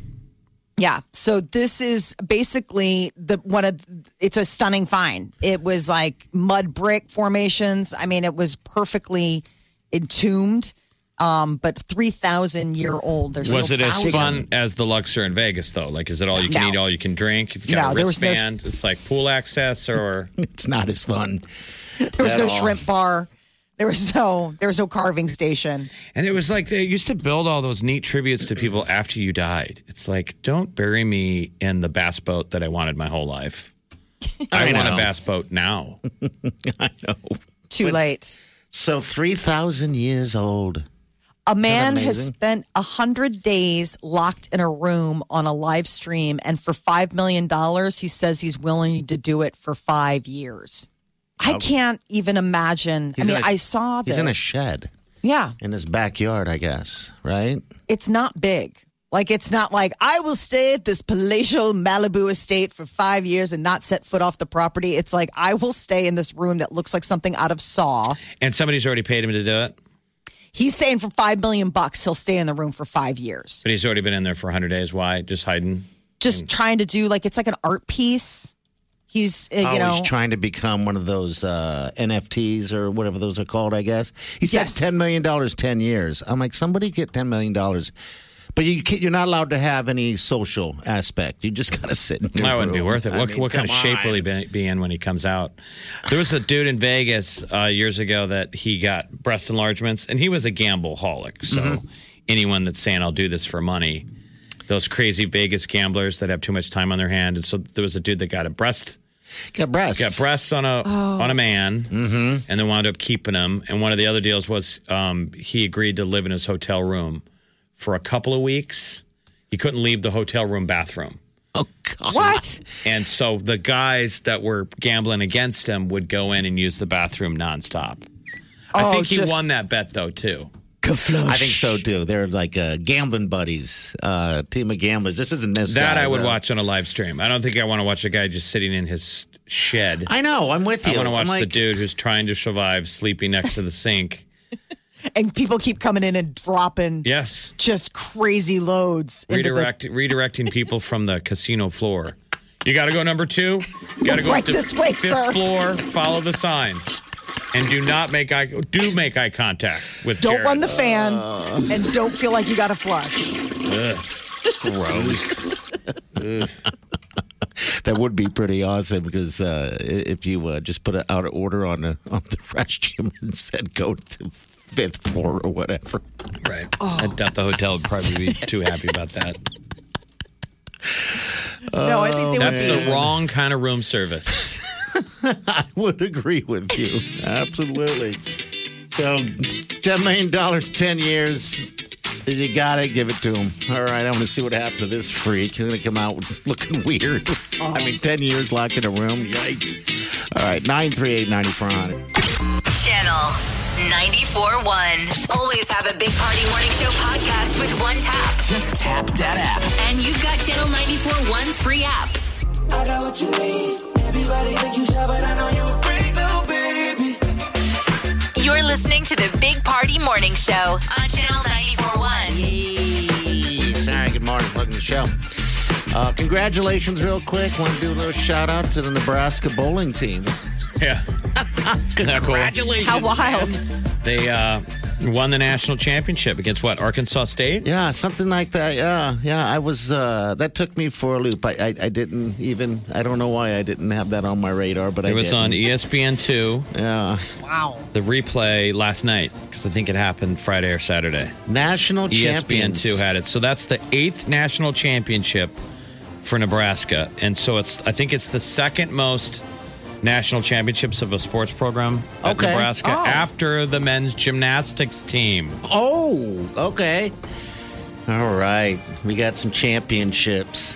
Speaker 4: Yeah. So this is basically the one of it's a stunning find. It was like mud brick formations. I mean, it was perfectly entombed. Um, but three thousand year old. There's
Speaker 5: Was it
Speaker 4: still
Speaker 5: as
Speaker 4: found-
Speaker 5: fun as the Luxor in Vegas though? Like, is it all you can
Speaker 4: No.
Speaker 5: eat, all you can drink? If you got
Speaker 4: No,
Speaker 5: a
Speaker 4: there was no-
Speaker 5: wristband, it's like pool access, or
Speaker 6: [LAUGHS] it's not as fun.
Speaker 4: There was
Speaker 6: at
Speaker 4: no
Speaker 6: all.
Speaker 4: shrimp bar. There was no there was no carving station.
Speaker 5: and it was like they used to build all those neat tributes to people after you died. It's like, don't bury me in the bass boat that I wanted my whole life.
Speaker 6: I
Speaker 5: I, want a
Speaker 6: know.
Speaker 5: bass boat now.
Speaker 4: Too late.
Speaker 6: So 3,000 years old.
Speaker 4: A man has
Speaker 6: amazing?
Speaker 4: spent a hundred days locked in a room on a live stream, and for five million dollars, he says he's willing to do it for five years. I can't even imagine. I
Speaker 6: He's
Speaker 4: mean,
Speaker 6: in a-
Speaker 4: I saw this.
Speaker 6: He's in a shed
Speaker 4: yeah,
Speaker 6: in his backyard, I guess, right?
Speaker 4: it's not big. Like it's not like I will stay at this palatial Malibu estate for five years and not set foot off the property. It's like I will stay in this room that looks like something out of Saw.
Speaker 5: And somebody's already paid him to do it,
Speaker 4: He's saying for five million bucks, he'll stay in the room for five years.
Speaker 5: but he's already been in there for 100 days. Why? Just hiding.
Speaker 4: just trying to do like it's like an art piece. He's uh,
Speaker 6: Oh,
Speaker 4: you know
Speaker 6: he's trying to become one of those uh, NFTs or whatever those are called, I guess. He said
Speaker 4: Yes.
Speaker 6: $10 million, 10 years. I'm like, somebody get $10 million. But you can't, you're not allowed to have any social aspect. You just got to sit in your
Speaker 5: That wouldn't be
Speaker 6: room.
Speaker 5: worth it.
Speaker 6: I
Speaker 5: What,
Speaker 6: mean,
Speaker 5: what kind of
Speaker 6: come
Speaker 5: shape will
Speaker 6: on.
Speaker 5: he be, be in when he comes out? There was a dude in Vegas uh, years ago that he got breast enlargements, and he was a gamble holic. So
Speaker 6: Mm-hmm.
Speaker 5: anyone that's saying I'll do this for money, those crazy Vegas gamblers that have too much time on their hand, and so there was a dude that got a breast
Speaker 6: Got breasts.
Speaker 5: got breasts on a on a man,
Speaker 6: Mm-hmm.
Speaker 5: and then wound up keeping him. And one of the other deals was um, he agreed to live in his hotel room for a couple of weeks. He couldn't leave the hotel room bathroom.
Speaker 6: Oh, God.
Speaker 4: what?
Speaker 5: And so the guys that were gambling against him would go in and use the bathroom nonstop. I
Speaker 4: Oh,
Speaker 5: think he
Speaker 4: just-
Speaker 5: won that bet though too.
Speaker 6: I think so too. They're like uh, gambling buddies, uh, team of gamblers. This isn't this
Speaker 5: That
Speaker 6: guy,
Speaker 5: I would
Speaker 6: though.
Speaker 5: watch on a live stream. I don't think I want to watch a guy just sitting in his shed.
Speaker 6: I know. I'm with you.
Speaker 5: I want to watch
Speaker 6: I'm
Speaker 5: the
Speaker 6: like,
Speaker 5: dude who's trying to survive sleeping next
Speaker 4: [LAUGHS]
Speaker 5: to the sink.
Speaker 4: And people keep coming in and dropping
Speaker 5: Yes.
Speaker 4: just crazy loads. into the-
Speaker 5: Redirect redirecting people from the casino floor. You got to go number 2. You got to go
Speaker 4: Right
Speaker 5: up to
Speaker 4: this way,
Speaker 5: fifth
Speaker 4: sir.
Speaker 5: floor, follow the signs. And do not make eye do make eye contact with
Speaker 4: don't
Speaker 5: Jared.
Speaker 4: run the fan and don't feel like you got to flush.
Speaker 6: That would be pretty awesome because uh, i- if you uh, just put a, out an order on the on the [LAUGHS] restroom and said go to fifth floor or whatever. [LAUGHS]
Speaker 5: Right.
Speaker 6: Oh,
Speaker 5: I doubt the hotel would probably be too happy about that.
Speaker 4: no, I think they would
Speaker 5: That's
Speaker 4: be.
Speaker 5: the wrong kind of room service.
Speaker 6: I would agree with you. Absolutely. So, ten million dollars, ten years. You gotta give it to him. All right, I want to see what happens to this freak. He's gonna come out [LAUGHS] looking weird. I mean, ten years locked in a room. Yikes! All right, nine three eight ninety four hundred.
Speaker 2: Channel 94.1. Always have a Big Party Morning Show podcast with one tap.
Speaker 3: Just tap that app.
Speaker 2: And you've got Channel 94.1's free app.
Speaker 3: I got what you need. Everybody think you shy, but I know you a freak, little baby.
Speaker 2: You're listening to the Big Party Morning Show on Channel 94.1.
Speaker 6: Hey, sorry. Good morning. Welcome to the show. Uh, congratulations, real quick. Want to do a little shout out to the Nebraska bowling team.
Speaker 5: [LAUGHS] Yeah. Congratulations.
Speaker 4: How wild.
Speaker 5: They uh, won the national championship against what? Arkansas State?
Speaker 6: Yeah, something like that. Yeah, yeah. I was uh, that took me for a loop. I, I, I didn't even. I don't know why I didn't have that on my radar, but I
Speaker 5: It was
Speaker 6: did.
Speaker 5: on E ESPN2,
Speaker 6: Yeah,
Speaker 5: the replay last night, because I think it happened Friday or Saturday.
Speaker 6: national
Speaker 5: E
Speaker 6: champions.
Speaker 5: ESPN2 had it. So that's the eighth national championship for Nebraska. And so it's, I think it's the second most national championships of a sports program at
Speaker 6: Okay.
Speaker 5: Nebraska
Speaker 4: Oh.
Speaker 5: after the men's gymnastics team.
Speaker 6: Oh, okay. All right, we got some championships.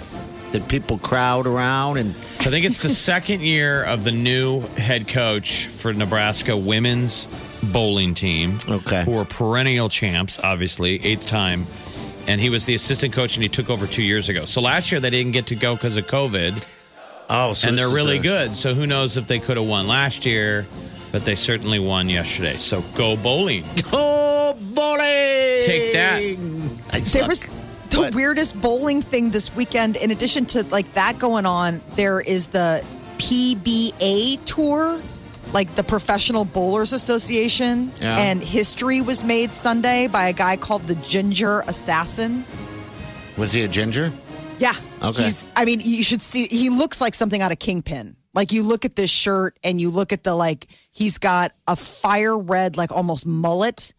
Speaker 6: Did people crowd around and
Speaker 5: I
Speaker 6: [LAUGHS]
Speaker 5: think it's the second year of the new head coach for Nebraska women's bowling team.
Speaker 6: Okay.
Speaker 5: Who are perennial champs, obviously, eighth time. And he was the assistant coach and he took over two years ago. So last year they didn't get to go because of COVID.
Speaker 6: oh, so
Speaker 5: and
Speaker 6: this
Speaker 5: they're
Speaker 6: is
Speaker 5: really
Speaker 6: a-
Speaker 5: good. So who knows if they could have won last year, but they certainly won yesterday. So go bowling.
Speaker 6: Oh, bowling!
Speaker 5: Take that.
Speaker 6: I
Speaker 4: There
Speaker 6: suck.
Speaker 4: was the
Speaker 6: What?
Speaker 4: weirdest bowling thing this weekend. In addition to like that going on, there is the PBA tour, like the Professional Bowlers Association,
Speaker 6: Yeah.
Speaker 4: and history was made Sunday by a guy called the Ginger Assassin.
Speaker 6: was he a ginger?
Speaker 4: Yeah,
Speaker 6: Okay.
Speaker 4: he's. I mean, you should see. He looks like something out of Kingpin. Like you look at this shirt and you look at the like. He's got a fire red, like almost mullet.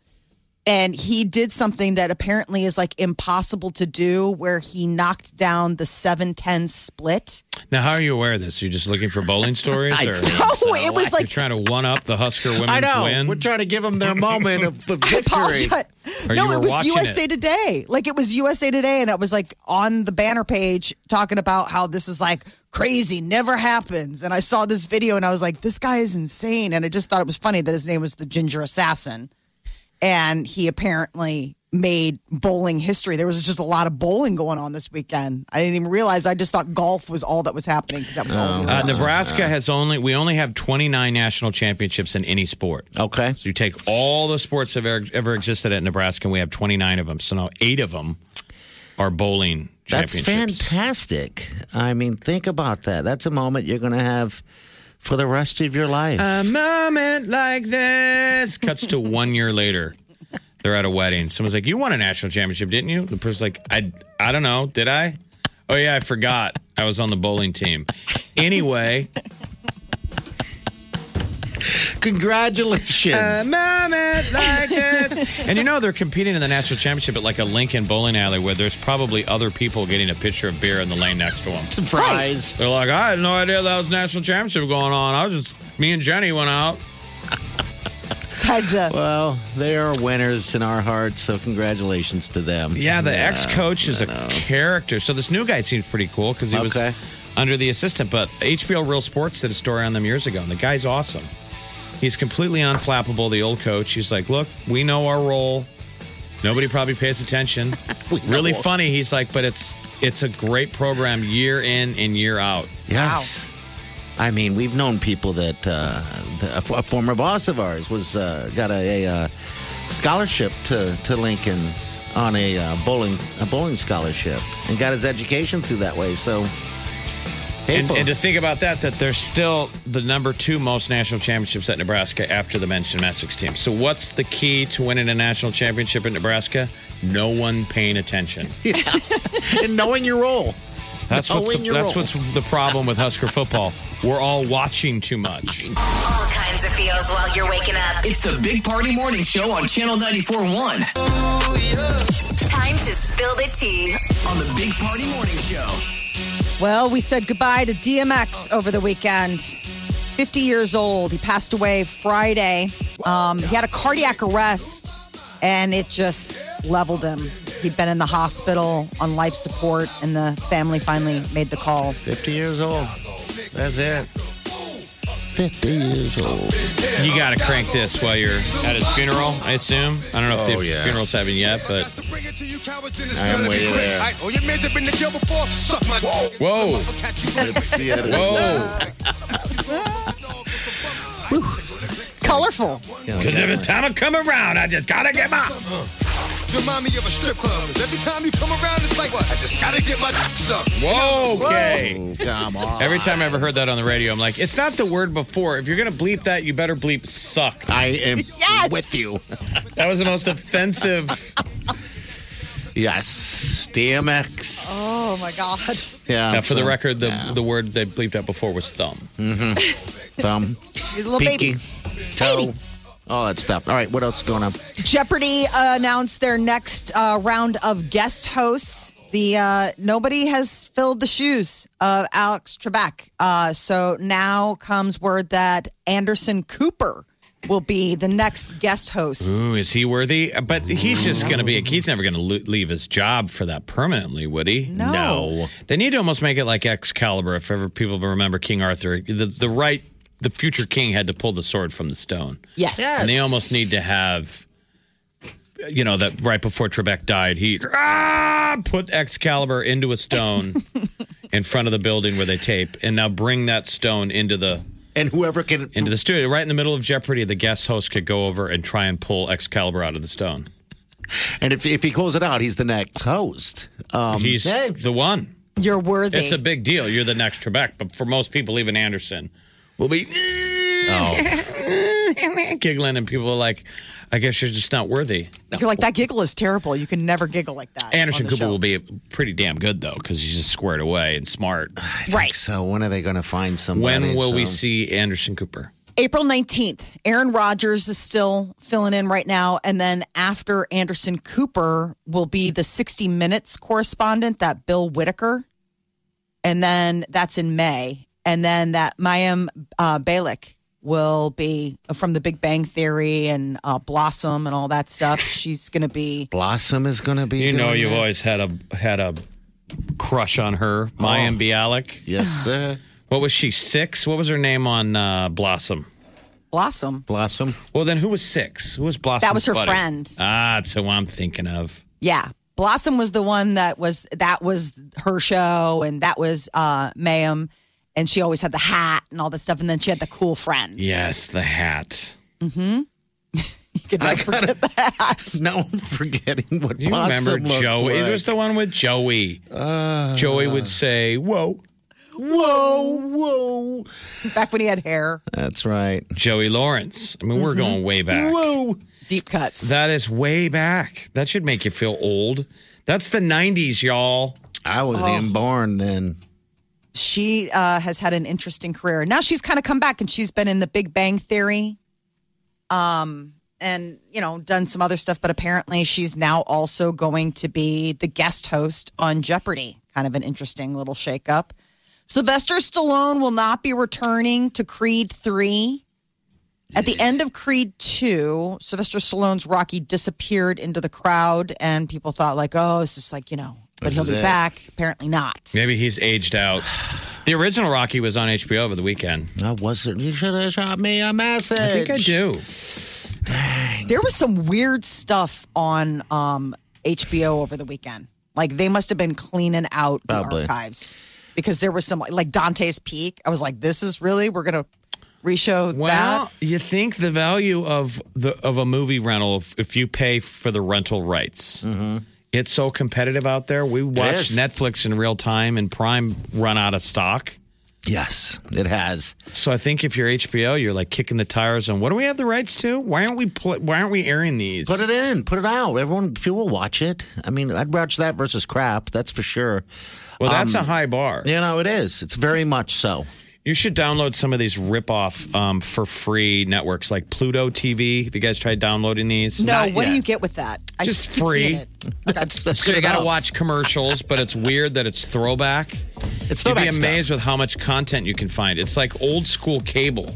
Speaker 4: and he did something that apparently is like impossible to do where he knocked down the 710 split
Speaker 5: Now, how are you aware of this? You're just looking for [LAUGHS] bowling stories?
Speaker 6: I
Speaker 4: [LAUGHS]
Speaker 5: or
Speaker 6: think
Speaker 4: No, Oh, it was
Speaker 5: You're
Speaker 4: like
Speaker 5: trying to one up the Husker women's
Speaker 6: I know.
Speaker 5: win?
Speaker 6: We're trying to give them
Speaker 5: [LAUGHS]
Speaker 6: their moment of the
Speaker 4: I
Speaker 6: victory.
Speaker 4: apologize.
Speaker 5: Or
Speaker 4: no,
Speaker 5: you
Speaker 4: it
Speaker 5: were
Speaker 4: was
Speaker 5: watching
Speaker 4: USA
Speaker 5: it.
Speaker 4: Today. Like it was USA Today, and it was like on the banner page talking about how this is like crazy, never happens. And I saw this video, and I was like, this guy is insane. And I just thought it was funny that his name was the Ginger Assassin, and he apparently made bowling history. There was just a lot of bowling going on this weekend. I didn't even realize. I just thought golf was all that was happening because that was all. we were
Speaker 5: Uh,
Speaker 4: watching.
Speaker 5: Nebraska has only we only have 29 national championships in any sport.
Speaker 6: Okay.
Speaker 5: So you take all the sports that have ever, ever existed at Nebraska, and we have 29 of them. So now eight of them are bowling
Speaker 6: That's
Speaker 5: championships.
Speaker 6: fantastic. I mean, think about that. That's a moment you're going to have for the rest of your life.
Speaker 4: Uh,
Speaker 5: A moment like this cuts to one year later. They're at a wedding. Someone's like, "You won a national championship, didn't you?" The person's like, "I, I don't know. Did I? Oh yeah, I forgot. I was on the bowling team. Anyway,
Speaker 6: Congratulations.
Speaker 4: um,
Speaker 5: A moment like this. And you know they're competing in the national championship at like a Lincoln bowling alley where there's probably other people getting a pitcher of beer in the lane next to them.
Speaker 6: Surprise.
Speaker 5: They're like, I had no idea that was national championship going on. I was just me and Jenny went out.
Speaker 4: Decided to-
Speaker 6: Well, they are winners in our hearts, so congratulations to them.
Speaker 5: Yeah, the ex coach is a character. So this new guy seems pretty cool because he
Speaker 6: Okay.
Speaker 5: was under the assistant. But HBO Real Sports did a story on them years ago, and the guy's awesome. He's completely unflappable, the old coach. He's like, look, we know our role. Nobody probably pays [LAUGHS] attention. really funny. He's like, but it's it's a great program year in and year out.
Speaker 6: Yes. I mean, we've known people that uh, the, a, f- a former boss of ours was uh, got a, a uh, scholarship to, to Lincoln on a uh, bowling a bowling scholarship and got his education through that way. So,
Speaker 5: And,
Speaker 6: people-
Speaker 5: and to think about that, that there's still the number two most national championships at Nebraska after the mentioned Essex team. So, what's the key to winning a national championship at Nebraska? No one
Speaker 6: [LAUGHS]
Speaker 5: paying attention.
Speaker 6: [LAUGHS] and knowing your role.
Speaker 5: That's what's
Speaker 6: Knowing
Speaker 5: the,
Speaker 6: your
Speaker 5: that's
Speaker 6: role.
Speaker 5: what's the problem with Husker football. We're all watching too much.
Speaker 2: All kinds of feels while you're waking up.
Speaker 3: It's the Big Party Morning Show on Channel 94.1
Speaker 2: It's time to spill the tea.
Speaker 3: on the Big Party Morning Show.
Speaker 4: Well, we said goodbye to DMX over the weekend. 50 years old. He passed away Friday. Um, he had a cardiac arrest and it just leveled him. He'd been in the hospital on life support, and the family finally made the call.
Speaker 6: 50 years old. That's it. 50 years old.
Speaker 5: You got to crank this while you're at his funeral, I assume. I don't know if
Speaker 6: Oh,
Speaker 5: the
Speaker 6: yes.
Speaker 5: funeral's happening yet, but
Speaker 7: [LAUGHS]
Speaker 6: I am way there.
Speaker 7: Oh, you meant to been to jail before? Suck my
Speaker 5: Whoa. whoa,
Speaker 4: Colorful.
Speaker 5: because every time I come around, I just gotta get my.
Speaker 7: Remind me of a strip club. 'Cause Every time you come around, it's like, what? I just gotta get my [LAUGHS] sucked.
Speaker 5: Whoa, okay.
Speaker 6: Oh, Come on.
Speaker 5: Every time I ever heard that on the radio, I'm like, it's not the word before. If you're gonna bleep that, you better bleep suck.
Speaker 6: I am
Speaker 4: Yes!
Speaker 6: with you.
Speaker 5: That was the most offensive.
Speaker 6: Yes. DMX.
Speaker 4: Oh my God.
Speaker 6: Yeah.
Speaker 5: Now, for the
Speaker 6: so-
Speaker 5: record, the
Speaker 6: yeah.
Speaker 5: the word they bleeped out before was thumb.
Speaker 6: thumb,
Speaker 4: He's a little
Speaker 6: pinky,
Speaker 4: baby.
Speaker 6: toe, all that stuff. All right, what else is going on?
Speaker 4: Jeopardy uh, announced their next uh, round of guest hosts. The uh, nobody has filled the shoes of Alex Trebek. Uh, so now comes word that Anderson Cooper will be the next guest host.
Speaker 5: Ooh, is he worthy? But he's just gonna be. He's never gonna lo- leave his job for that permanently, would he?
Speaker 4: No. No.
Speaker 5: They need to almost make it like Excalibur. If ever people remember King Arthur, the the right, the future king had to pull the sword from the stone.
Speaker 4: Yes.
Speaker 5: And they almost need to have, you know, that right before Trebek died, he ah, put Excalibur into a stone in front of the building where they tape, and now bring that stone into the
Speaker 6: And whoever can
Speaker 5: into the studio. Right in the middle of Jeopardy, the guest host could go over and try and pull Excalibur out of the stone.
Speaker 6: and if, if he calls it out, he's the next host. Um,
Speaker 5: He's
Speaker 6: hey,
Speaker 5: the one.
Speaker 4: You're worthy.
Speaker 5: It's a big deal. You're the next Trebek, but for most people, even Anderson will be giggling, and people are like, "I guess you're just not worthy."
Speaker 4: You're like that giggle is terrible. You can never giggle like that.
Speaker 5: Anderson
Speaker 4: on the
Speaker 5: Cooper
Speaker 4: show.
Speaker 5: will be pretty damn good though, because he's just squared away and smart.
Speaker 4: right.
Speaker 6: so when are they going to find somebody?
Speaker 5: When will we
Speaker 6: So-
Speaker 5: see Anderson Cooper?
Speaker 4: April 19th, Aaron Rodgers is still filling in right now. And then after Anderson Cooper will be the 60 Minutes correspondent that Bill Whitaker and then that's in May, and then that Mayim uh, Balik will be from The Big Bang Theory and uh, Blossom and all that stuff. She's going to be
Speaker 6: Blossom is going to be.
Speaker 5: You know,
Speaker 6: doing
Speaker 5: you've
Speaker 6: this.
Speaker 5: always had a had a crush on her,
Speaker 6: Oh.
Speaker 5: Mayim Bialik.
Speaker 4: [SIGHS]
Speaker 6: Yes, sir.
Speaker 5: What was she six? What was her name on uh, Blossom?
Speaker 4: Blossom.
Speaker 6: Blossom. [LAUGHS]
Speaker 5: Well, then who was six? Who was Blossom?
Speaker 4: That was her friend.
Speaker 5: Ah, that's who I'm thinking of.
Speaker 4: Yeah. Blossom was the one that was that was her show and that was uh Mayim and she always had the hat and all that stuff and then she had the cool friend.
Speaker 5: Yes, the hat.
Speaker 4: You know,
Speaker 6: gotta, Now I'm forgetting what
Speaker 5: You
Speaker 6: Blossom
Speaker 5: remember
Speaker 6: looked
Speaker 5: Joey?
Speaker 6: Like. Ah.
Speaker 5: It was the one with Joey. Joey would say, "Whoa."
Speaker 6: whoa, whoa.
Speaker 4: [LAUGHS] back when he had hair,
Speaker 6: That's right.
Speaker 5: Joey Lawrence. I mean, we're going way back.
Speaker 6: Mm-hmm. Whoa.
Speaker 4: deep cuts.
Speaker 5: That is way back. That should make you feel old. That's the 90s, y'all.
Speaker 6: I wasn't
Speaker 4: Oh.
Speaker 6: even born then.
Speaker 4: she uh has had an interesting career. Now she's kind of come back and she's been in the Big Bang Theory. Um and you know, done some other stuff, but apparently she's now also going to be the guest host on Jeopardy. Kind of an interesting little shakeup. Sylvester Stallone will not be returning to Creed 3. At the end of Creed 2, Sylvester Stallone's Rocky disappeared into the crowd, and people thought, like, oh, it's just like, you know, but
Speaker 6: This
Speaker 4: he'll
Speaker 6: is
Speaker 4: be
Speaker 6: it.
Speaker 4: back. Apparently not.
Speaker 5: Maybe he's aged out. [SIGHS] The original Rocky was on HBO over the weekend.
Speaker 6: I wasn't. You should have shot me a message.
Speaker 5: I think I do.
Speaker 4: There was some weird stuff on um, HBO over the weekend. Like they must have been cleaning out the
Speaker 6: Probably.
Speaker 4: archives because there was some like Dante's Peak. I was like, this is really we're gonna reshow
Speaker 5: Well,
Speaker 4: that.
Speaker 5: you think the value of the of a movie rental if, if you pay for the rental rights. It's so competitive out there. We watch
Speaker 6: is.
Speaker 5: Netflix in real time and Prime run out of stock.
Speaker 6: Yes, it has.
Speaker 5: So I think if you're HBO, you're like kicking the tires on what do we have the rights to? Why aren't we pl- why aren't we airing these?
Speaker 6: Put it in. Put it out. Everyone, people will watch it. I mean, I'd watch that versus crap. That's for sure.
Speaker 5: well, that's a high bar.
Speaker 6: You know, it is. It's very much
Speaker 5: [LAUGHS]
Speaker 6: so.
Speaker 5: You should download some of these ripoff um, for free networks like Pluto TV. Have you guys tried downloading these?
Speaker 4: no,
Speaker 6: not
Speaker 4: what do
Speaker 6: yet.
Speaker 4: you get with that? I
Speaker 5: Just
Speaker 4: keep seeing
Speaker 5: free.
Speaker 4: it.
Speaker 6: That's, that's
Speaker 5: So you
Speaker 6: good
Speaker 5: got to
Speaker 6: enough.
Speaker 5: watch commercials, but it's weird that it's throwback.
Speaker 6: It's
Speaker 5: You'd be
Speaker 6: throwback stuff.
Speaker 5: amazed with how much content you can find. It's like old school cable.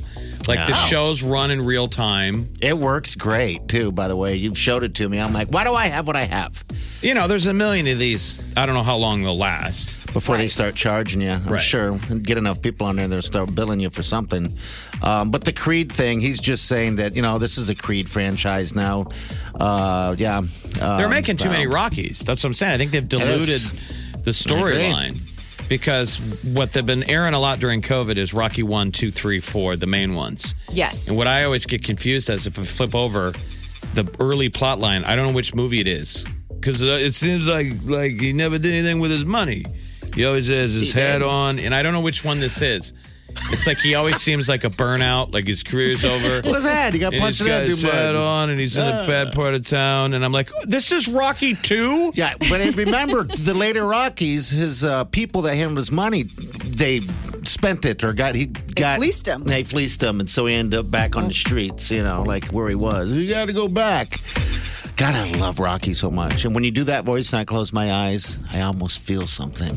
Speaker 5: Like the
Speaker 6: Wow.
Speaker 5: shows run in real time.
Speaker 6: It works great too. By the way, you've showed it to me. I'm like, why do I have what I have?
Speaker 5: You know, there's a million of these. I don't know how long they'll last.
Speaker 6: Before they start charging you, I'm
Speaker 5: Right.
Speaker 6: sure get enough people on there, they'll start billing you for something. Um, but the Creed thing, he's just saying that you know this is a Creed franchise now. Uh, yeah, uh,
Speaker 5: They're making too many
Speaker 6: wow.
Speaker 5: Rockies. That's what I'm saying. I think they've diluted
Speaker 6: is.
Speaker 5: the storyline because what they've been airing a lot during COVID is Rocky one, two, three, four, the main ones.
Speaker 4: Yes.
Speaker 5: And what I always get confused as if I flip over the early plot line, I don't know which movie it is because uh, it seems like like he never did anything with his money. He always has his head on, and I don't know which one this is. It's like he always seems like a burnout, like
Speaker 4: [LAUGHS]
Speaker 5: his career's over.
Speaker 6: What is that? You got
Speaker 5: And he's
Speaker 6: punched in
Speaker 5: got
Speaker 6: the
Speaker 5: his head
Speaker 6: head.
Speaker 5: on, and he's in
Speaker 4: Ah.
Speaker 5: the bad part of town. And I'm like, "Oh, this is Rocky Two.
Speaker 6: Yeah, but I remember the later Rockies, his uh, people that handled his money, they spent it or got he got
Speaker 4: fleeced him.
Speaker 6: They fleeced him, and so he ended up back on the streets. You know, like where he was. You got to go back. God, I love Rocky so much. And when you do that voice, and I close my eyes, I almost feel something.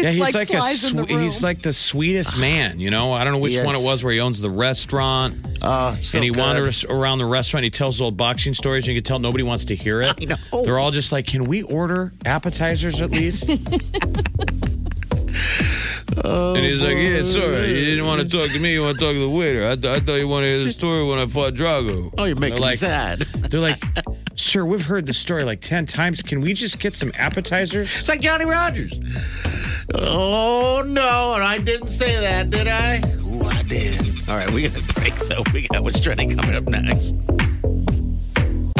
Speaker 4: It's
Speaker 5: yeah, he's
Speaker 4: like,
Speaker 5: like, a
Speaker 4: slides in the
Speaker 5: swe-
Speaker 4: room.
Speaker 5: he's like the sweetest man. You know, I don't know which
Speaker 6: He
Speaker 5: one it
Speaker 6: is.
Speaker 5: was where he owns the restaurant,
Speaker 6: Oh, it's so
Speaker 5: and he
Speaker 6: good.
Speaker 5: wanders around the restaurant. He tells old boxing stories, and you can tell nobody wants to hear it.
Speaker 6: I know. Oh.
Speaker 5: They're all just like, "Can we order appetizers at least?"
Speaker 6: [LAUGHS] Oh,
Speaker 5: and he's like, "Yeah, sorry, you didn't want to talk to me. You want to talk to the waiter. I, th- I thought you wanted to hear the story when I fought Drago."
Speaker 6: Oh, you're making
Speaker 5: They're
Speaker 6: me
Speaker 5: like,
Speaker 6: sad.
Speaker 5: They're like, "Sir, we've heard the story like ten times. Can we just get some appetizers?"
Speaker 6: It's like Johnny Rogers. Oh no, and I didn't say that, did I? Ooh, I did. All right, we gotta break though. We got what's trending coming up next.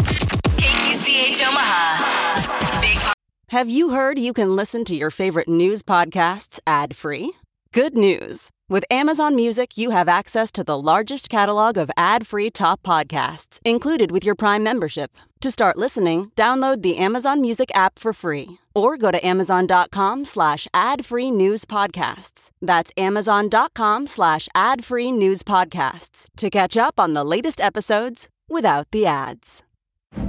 Speaker 2: KQCH Omaha. Big Party
Speaker 8: Have you heard you can listen to your favorite news podcasts ad free? Good news! With Amazon Music, you have access to the largest catalog of ad free top podcasts included with your Prime membership. To start listening, download the Amazon Music app for free or go to amazon.com slash ad free news podcasts. That's amazon.com slash ad free news podcasts to catch up on the latest episodes without the ads.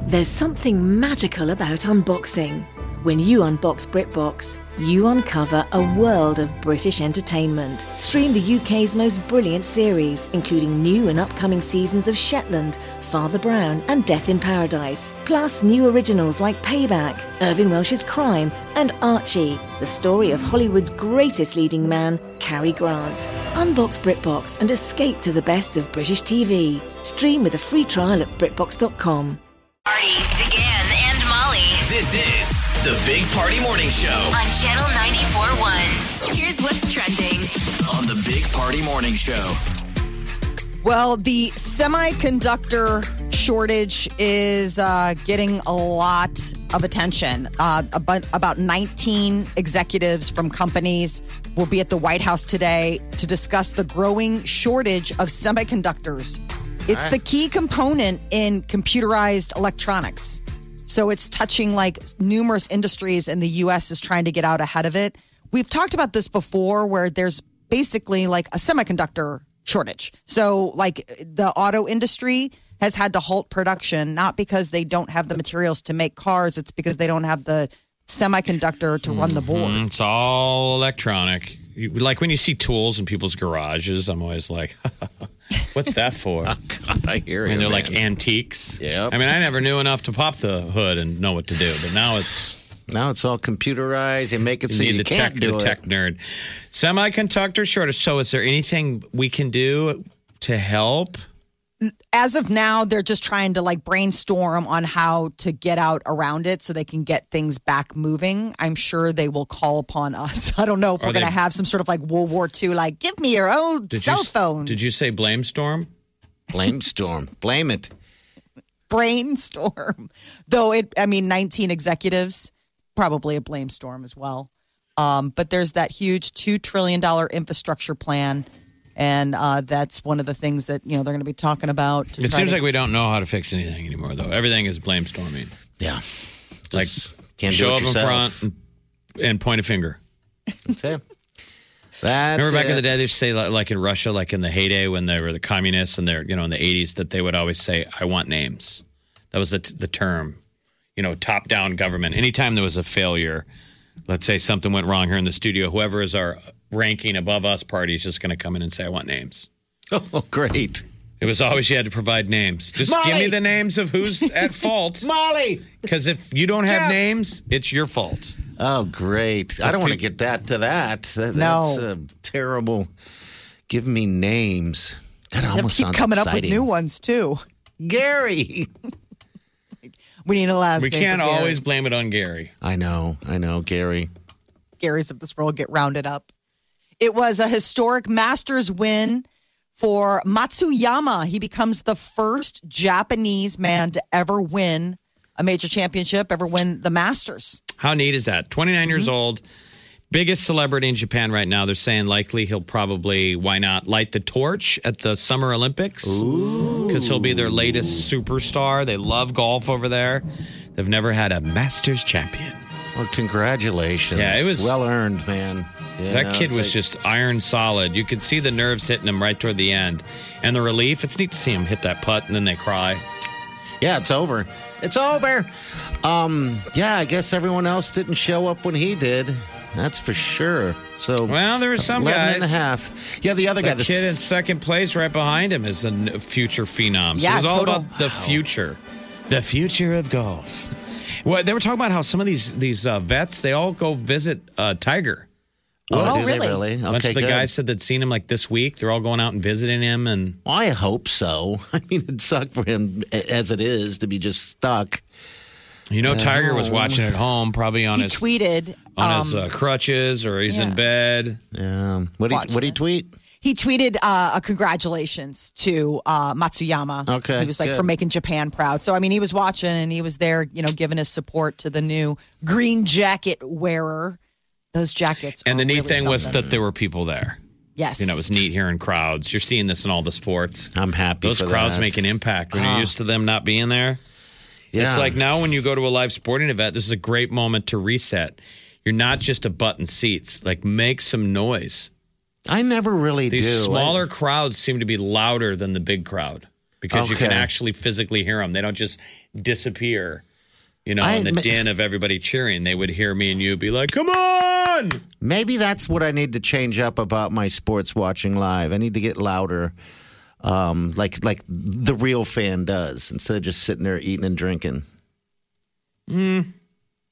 Speaker 9: There's something magical about unboxing. When you unbox BritBox, you uncover a world of British entertainment. Stream the UK's most brilliant series, including new and upcoming seasons of Shetland, Father Brown, and Death in Paradise. Plus, new originals like Payback, Irving Welsh's Crime, and Archie, the story of Hollywood's greatest leading man, Cary Grant. Unbox BritBox and escape to the best of British TV. Stream with a free trial at BritBox.com.
Speaker 2: Party, DeGan, and Molly
Speaker 10: This is the Big Party Morning Show
Speaker 2: on Channel 94.1. Here's what's trending.
Speaker 10: on the Big Party Morning Show.
Speaker 4: Well, the semiconductor shortage is uh, getting a lot of attention. Uh, about, about 19 executives from companies will be at the White House today to discuss the growing shortage of semiconductors. It's the key component in computerized electronics. So it's touching like numerous industries, and the U.S. is trying to get out ahead of it. We've talked about this before, where there's basically like a semiconductor shortage. So, like the auto industry has had to halt production, not because they don't have the materials to make cars, it's because they don't have the semiconductor to run the board.
Speaker 5: Mm, It's all electronic. You- Like when you see tools in people's garages, I'm always like, [LAUGHS] what's that for?
Speaker 6: God, I hear you.
Speaker 5: and they're
Speaker 6: man.
Speaker 5: like antiques.
Speaker 6: Yep.
Speaker 5: I mean, I never knew enough to pop the hood and know what to do, but now it's
Speaker 6: now it's all computerized. They make it
Speaker 5: you
Speaker 6: so
Speaker 5: need
Speaker 6: you
Speaker 5: the
Speaker 6: can't
Speaker 5: tech,
Speaker 6: do
Speaker 5: the
Speaker 6: it.
Speaker 5: tech nerd. Semiconductor shortage. So, is there anything we can do to help?
Speaker 4: as of now, they're just trying to like brainstorm on how to get out around it so they can get things back moving. I'm sure they will call upon us. [LAUGHS] I don't know if
Speaker 5: Are
Speaker 4: we're going to
Speaker 5: they-
Speaker 4: have some sort of like World War II, like, give me your own
Speaker 5: Did
Speaker 4: cell
Speaker 5: you,
Speaker 4: phone.
Speaker 5: Did you say blame storm?
Speaker 6: Blame storm. Blame it.
Speaker 4: brainstorm? [LAUGHS] Though it, I mean, 19 executives, probably a blame storm as well. Um, but there's that huge $2 trillion infrastructure plan. And uh, that's one of the things that, you know, they're going to be talking about. To
Speaker 5: It
Speaker 4: try
Speaker 5: seems
Speaker 4: to-
Speaker 5: like we don't know how to fix anything anymore, though. Everything is blame storming.
Speaker 6: Yeah.
Speaker 5: Like,
Speaker 6: Just can't
Speaker 5: Show
Speaker 6: do it
Speaker 5: up in
Speaker 6: yourself. [LAUGHS]
Speaker 5: front and, and point a finger.
Speaker 6: That's it. That's
Speaker 5: Remember back in
Speaker 6: it.
Speaker 5: the day, they used to say like, like in Russia, like in the heyday when they were the communists and they're you know in the eighties, that they would always say, "I want names." That was the the term, you know, top down government. Anytime there was a failure, let's say something went wrong here in the studio, whoever is our ranking above us party is just going to come in and say, "I want names."
Speaker 6: [LAUGHS] Oh, great.
Speaker 5: It was always you had to provide names. Just give me
Speaker 6: Molly!
Speaker 5: the names of who's
Speaker 6: [LAUGHS]
Speaker 5: at fault,
Speaker 6: Molly.
Speaker 5: because if you don't have
Speaker 6: Jeff!
Speaker 5: names, it's your fault.
Speaker 6: Oh, great. I don't want to get that to that. That-
Speaker 4: No.
Speaker 6: That's a terrible. Give me names. God, it
Speaker 4: They have
Speaker 6: almost
Speaker 4: to keep
Speaker 6: sounds
Speaker 4: coming up
Speaker 6: exciting.
Speaker 4: with new ones, too.
Speaker 6: Gary.
Speaker 4: We need a last
Speaker 5: We
Speaker 4: name
Speaker 5: can't
Speaker 4: for Gary.
Speaker 5: always blame it on Gary.
Speaker 6: I know. I know, Gary.
Speaker 4: Garys of this world get rounded up. It was a historic Masters win for Matsuyama. He becomes the first Japanese man to ever win a major championship, ever win the Masters.
Speaker 5: How neat is that? 29 years
Speaker 6: Mm-hmm.
Speaker 5: old, biggest celebrity in Japan right now. They're saying likely he'll probably, why not, light the torch at the Summer Olympics? Because he'll be their latest superstar. They love golf over there. They've never had a Masters champion.
Speaker 6: Well, congratulations.
Speaker 5: Yeah, it was-
Speaker 6: well earned, man. You
Speaker 5: that
Speaker 6: know,
Speaker 5: kid
Speaker 6: it's
Speaker 5: was
Speaker 6: like-
Speaker 5: just iron solid. You could see the nerves hitting him right toward the end. And the relief, it's neat to see him hit that putt and then they cry.
Speaker 6: Yeah, it's over. It's over. Um, yeah, I guess everyone else didn't show up when he did. That's for sure. So
Speaker 5: Well, there were some
Speaker 6: 11 and a
Speaker 5: guys.
Speaker 6: half. Yeah, the other guy,
Speaker 5: That
Speaker 6: the
Speaker 5: kid in
Speaker 6: s-
Speaker 5: second place right behind him is a n- future phenom. so
Speaker 4: Yeah,
Speaker 5: it was all
Speaker 4: total.
Speaker 5: about the future. The future of golf. Well, they were talking about how some of these these uh, vets, they all go visit uh, Tiger.
Speaker 4: Oh,
Speaker 6: do they
Speaker 4: really?
Speaker 6: Okay,
Speaker 5: Once the
Speaker 6: good.
Speaker 5: guys said they'd seen him like this week, they're all going out and visiting him. And
Speaker 6: Well, I hope so. [LAUGHS] I mean, it sucked for him a- as it is to be just stuck.
Speaker 5: you know, Tiger was watching
Speaker 6: Oh.
Speaker 5: at home, probably on
Speaker 4: He
Speaker 5: his
Speaker 4: tweeted.
Speaker 5: on
Speaker 4: um,
Speaker 5: his uh, crutches or he's in
Speaker 4: yeah.
Speaker 5: bed.
Speaker 6: Yeah. What did
Speaker 4: Watch
Speaker 6: what he
Speaker 4: it.
Speaker 6: tweet?
Speaker 4: He tweeted uh, a congratulations to uh, Matsuyama.
Speaker 6: Okay,
Speaker 4: He was like,
Speaker 6: good.
Speaker 4: for making Japan proud. So, I mean, he was watching and he was there, you know, giving his support to the new green jacket wearer. Those jackets.
Speaker 5: And
Speaker 6: Oh,
Speaker 4: are
Speaker 5: the neat
Speaker 4: really
Speaker 5: thing was
Speaker 4: something.
Speaker 5: that there were people there.
Speaker 4: yes.
Speaker 5: You know, it was neat hearing crowds. You're seeing this in all the sports.
Speaker 6: I'm happy.
Speaker 5: Those
Speaker 6: for
Speaker 5: crowds
Speaker 6: that. Ah.
Speaker 5: make an impact when you're used to them not being there.
Speaker 6: Yeah.
Speaker 5: It's like now when you go to a live sporting event, this is a great moment to reset. You're not just a button seats. Like make some noise.
Speaker 6: I never really
Speaker 5: These
Speaker 6: do. I-
Speaker 5: smaller crowds seem to be louder than the big crowd because you can
Speaker 6: Okay.
Speaker 5: actually physically hear them. They don't just disappear. you know,
Speaker 6: I
Speaker 5: in the
Speaker 6: admit-
Speaker 5: din of everybody cheering, they would hear me and you be like, "Come on!"
Speaker 6: Maybe that's what I need to change up about my sports watching live. I need to get louder, um, like like the real fan does, instead of just sitting there eating and drinking.
Speaker 5: Mm,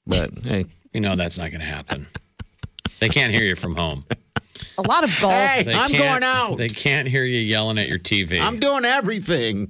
Speaker 6: But hey,
Speaker 5: you know that's not going to happen. they can't hear you
Speaker 6: [LAUGHS]
Speaker 5: from home.
Speaker 4: A lot of golf.
Speaker 5: They can't- They can't hear you yelling at your TV.
Speaker 6: doing everything.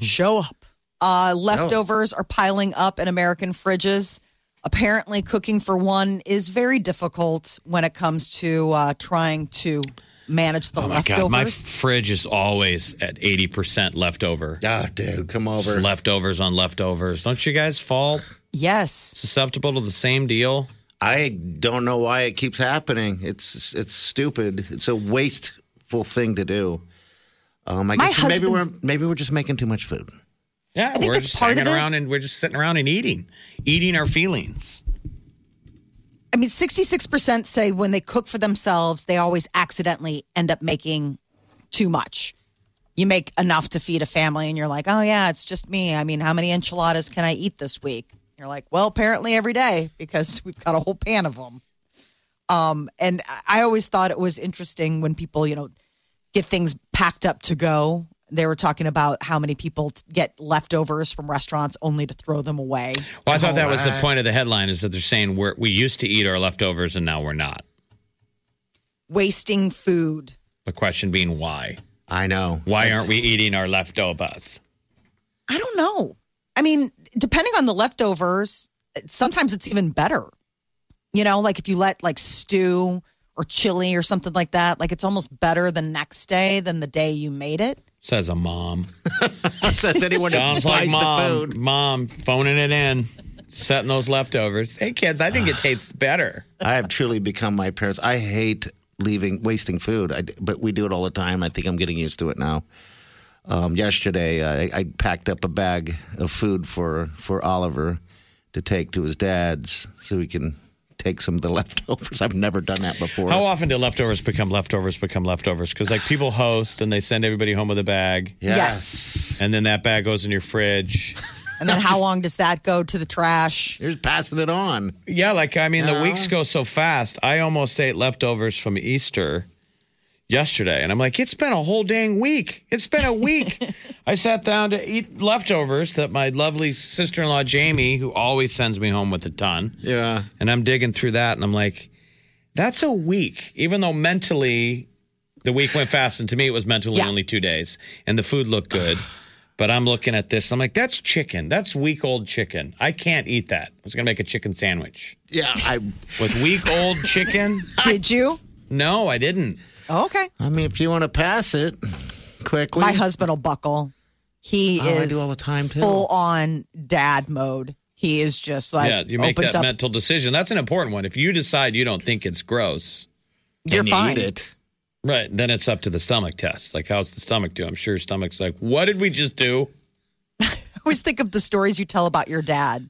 Speaker 4: Show up. Uh, leftovers are piling up in American fridges. Apparently, cooking for one is very difficult when it comes to uh, trying to manage the
Speaker 5: Oh my god, my
Speaker 4: leftovers.
Speaker 5: fridge is always at eighty percent leftover.
Speaker 6: Ah, dude, come over.
Speaker 5: leftovers on leftovers. Don't you guys fall
Speaker 4: yes,
Speaker 5: susceptible to the same deal?
Speaker 6: I don't know why it keeps happening. It's it's stupid. It's a wasteful thing to do. Um, I
Speaker 4: My
Speaker 6: guess maybe we're
Speaker 4: husband's-
Speaker 6: maybe we're just making too much food.
Speaker 5: Yeah,
Speaker 4: think
Speaker 5: we're
Speaker 4: that's
Speaker 5: just
Speaker 4: part of
Speaker 5: hanging
Speaker 4: it.
Speaker 5: around and we're just sitting around and eating, eating our feelings.
Speaker 4: I mean, 66% say when they cook for themselves, they always accidentally end up making too much. You make enough to feed a family, and you're like, oh, yeah, it's just me. I mean, how many enchiladas can I eat this week? You're like, well, apparently every day because [LAUGHS] we've got a whole pan of them. Um, and I- I always thought it was interesting when people, you know, get things packed up to go. They were talking about how many people t- get leftovers from restaurants only to throw them away.
Speaker 5: Well, I thought that was the
Speaker 6: I-
Speaker 5: point of the headline is that they're saying we're, we used to eat our leftovers and now we're not.
Speaker 4: Wasting food.
Speaker 5: The question being why?
Speaker 6: I know. [LAUGHS]
Speaker 5: Why aren't we eating our leftovers?
Speaker 4: I don't know. I mean, depending on the leftovers, sometimes it's even better. You know, like if you let like stew or chili or something like that, like it's almost better the next day than the day you made it.
Speaker 5: Says a mom.
Speaker 6: Says anyone that
Speaker 5: Sounds like
Speaker 6: buys the
Speaker 5: mom.
Speaker 6: food.
Speaker 5: Mom phoning it in, setting those leftovers. Hey kids, I think it tastes better.
Speaker 6: I have truly become my parents. I hate leaving, wasting food, I, but we do it all the time. I think I'm getting used to it now. Um, yesterday, I, I packed up a bag of food for for Oliver to take to his dad's, so he can take some of the [LAUGHS] leftovers. I've never done that before.
Speaker 5: How often do leftovers become leftovers become leftovers? Because like people host and they send everybody home with a bag,
Speaker 4: Yes.
Speaker 5: and then that bag goes in your fridge.
Speaker 6: [LAUGHS]
Speaker 4: And then how long does that go to the trash?
Speaker 6: You're just passing it on.
Speaker 5: Yeah, like I mean,
Speaker 6: No.
Speaker 5: the weeks go so fast. I almost ate leftovers from Easter yesterday, and I'm like, it's been a whole dang week. It's been a week. I sat down to eat leftovers that my lovely sister in law Jamie, who always sends me home with a ton,
Speaker 6: Yeah.
Speaker 5: and I'm digging through that, and I'm like, that's a week. Even though mentally, the week went fast, and to me, it was mentally
Speaker 4: Yeah.
Speaker 5: only two days, and the food looked good. But I'm looking at this, I'm like, that's chicken. That's week old chicken. I can't eat that. I was gonna make a chicken sandwich
Speaker 6: Yeah. I.
Speaker 5: with week
Speaker 4: [LAUGHS]
Speaker 5: old chicken?
Speaker 4: Did you?
Speaker 5: No, I didn't.
Speaker 4: Oh, okay.
Speaker 6: I mean, if you want to pass it quickly,
Speaker 4: My husband will buckle. He
Speaker 6: Oh, I
Speaker 4: is
Speaker 6: do all the time, too.
Speaker 4: full on dad mode. He is just like
Speaker 5: yeah, you make
Speaker 4: opens
Speaker 5: that
Speaker 4: up.
Speaker 5: mental decision. That's an important one. If you decide you don't think it's gross,
Speaker 4: You're
Speaker 6: and you
Speaker 4: fine.
Speaker 6: eat it.
Speaker 5: right, then it's up to the stomach test. Like, how's the stomach do? I'm sure your stomach's like, what did we just do?
Speaker 4: I [LAUGHS] always think of the stories you tell about your dad,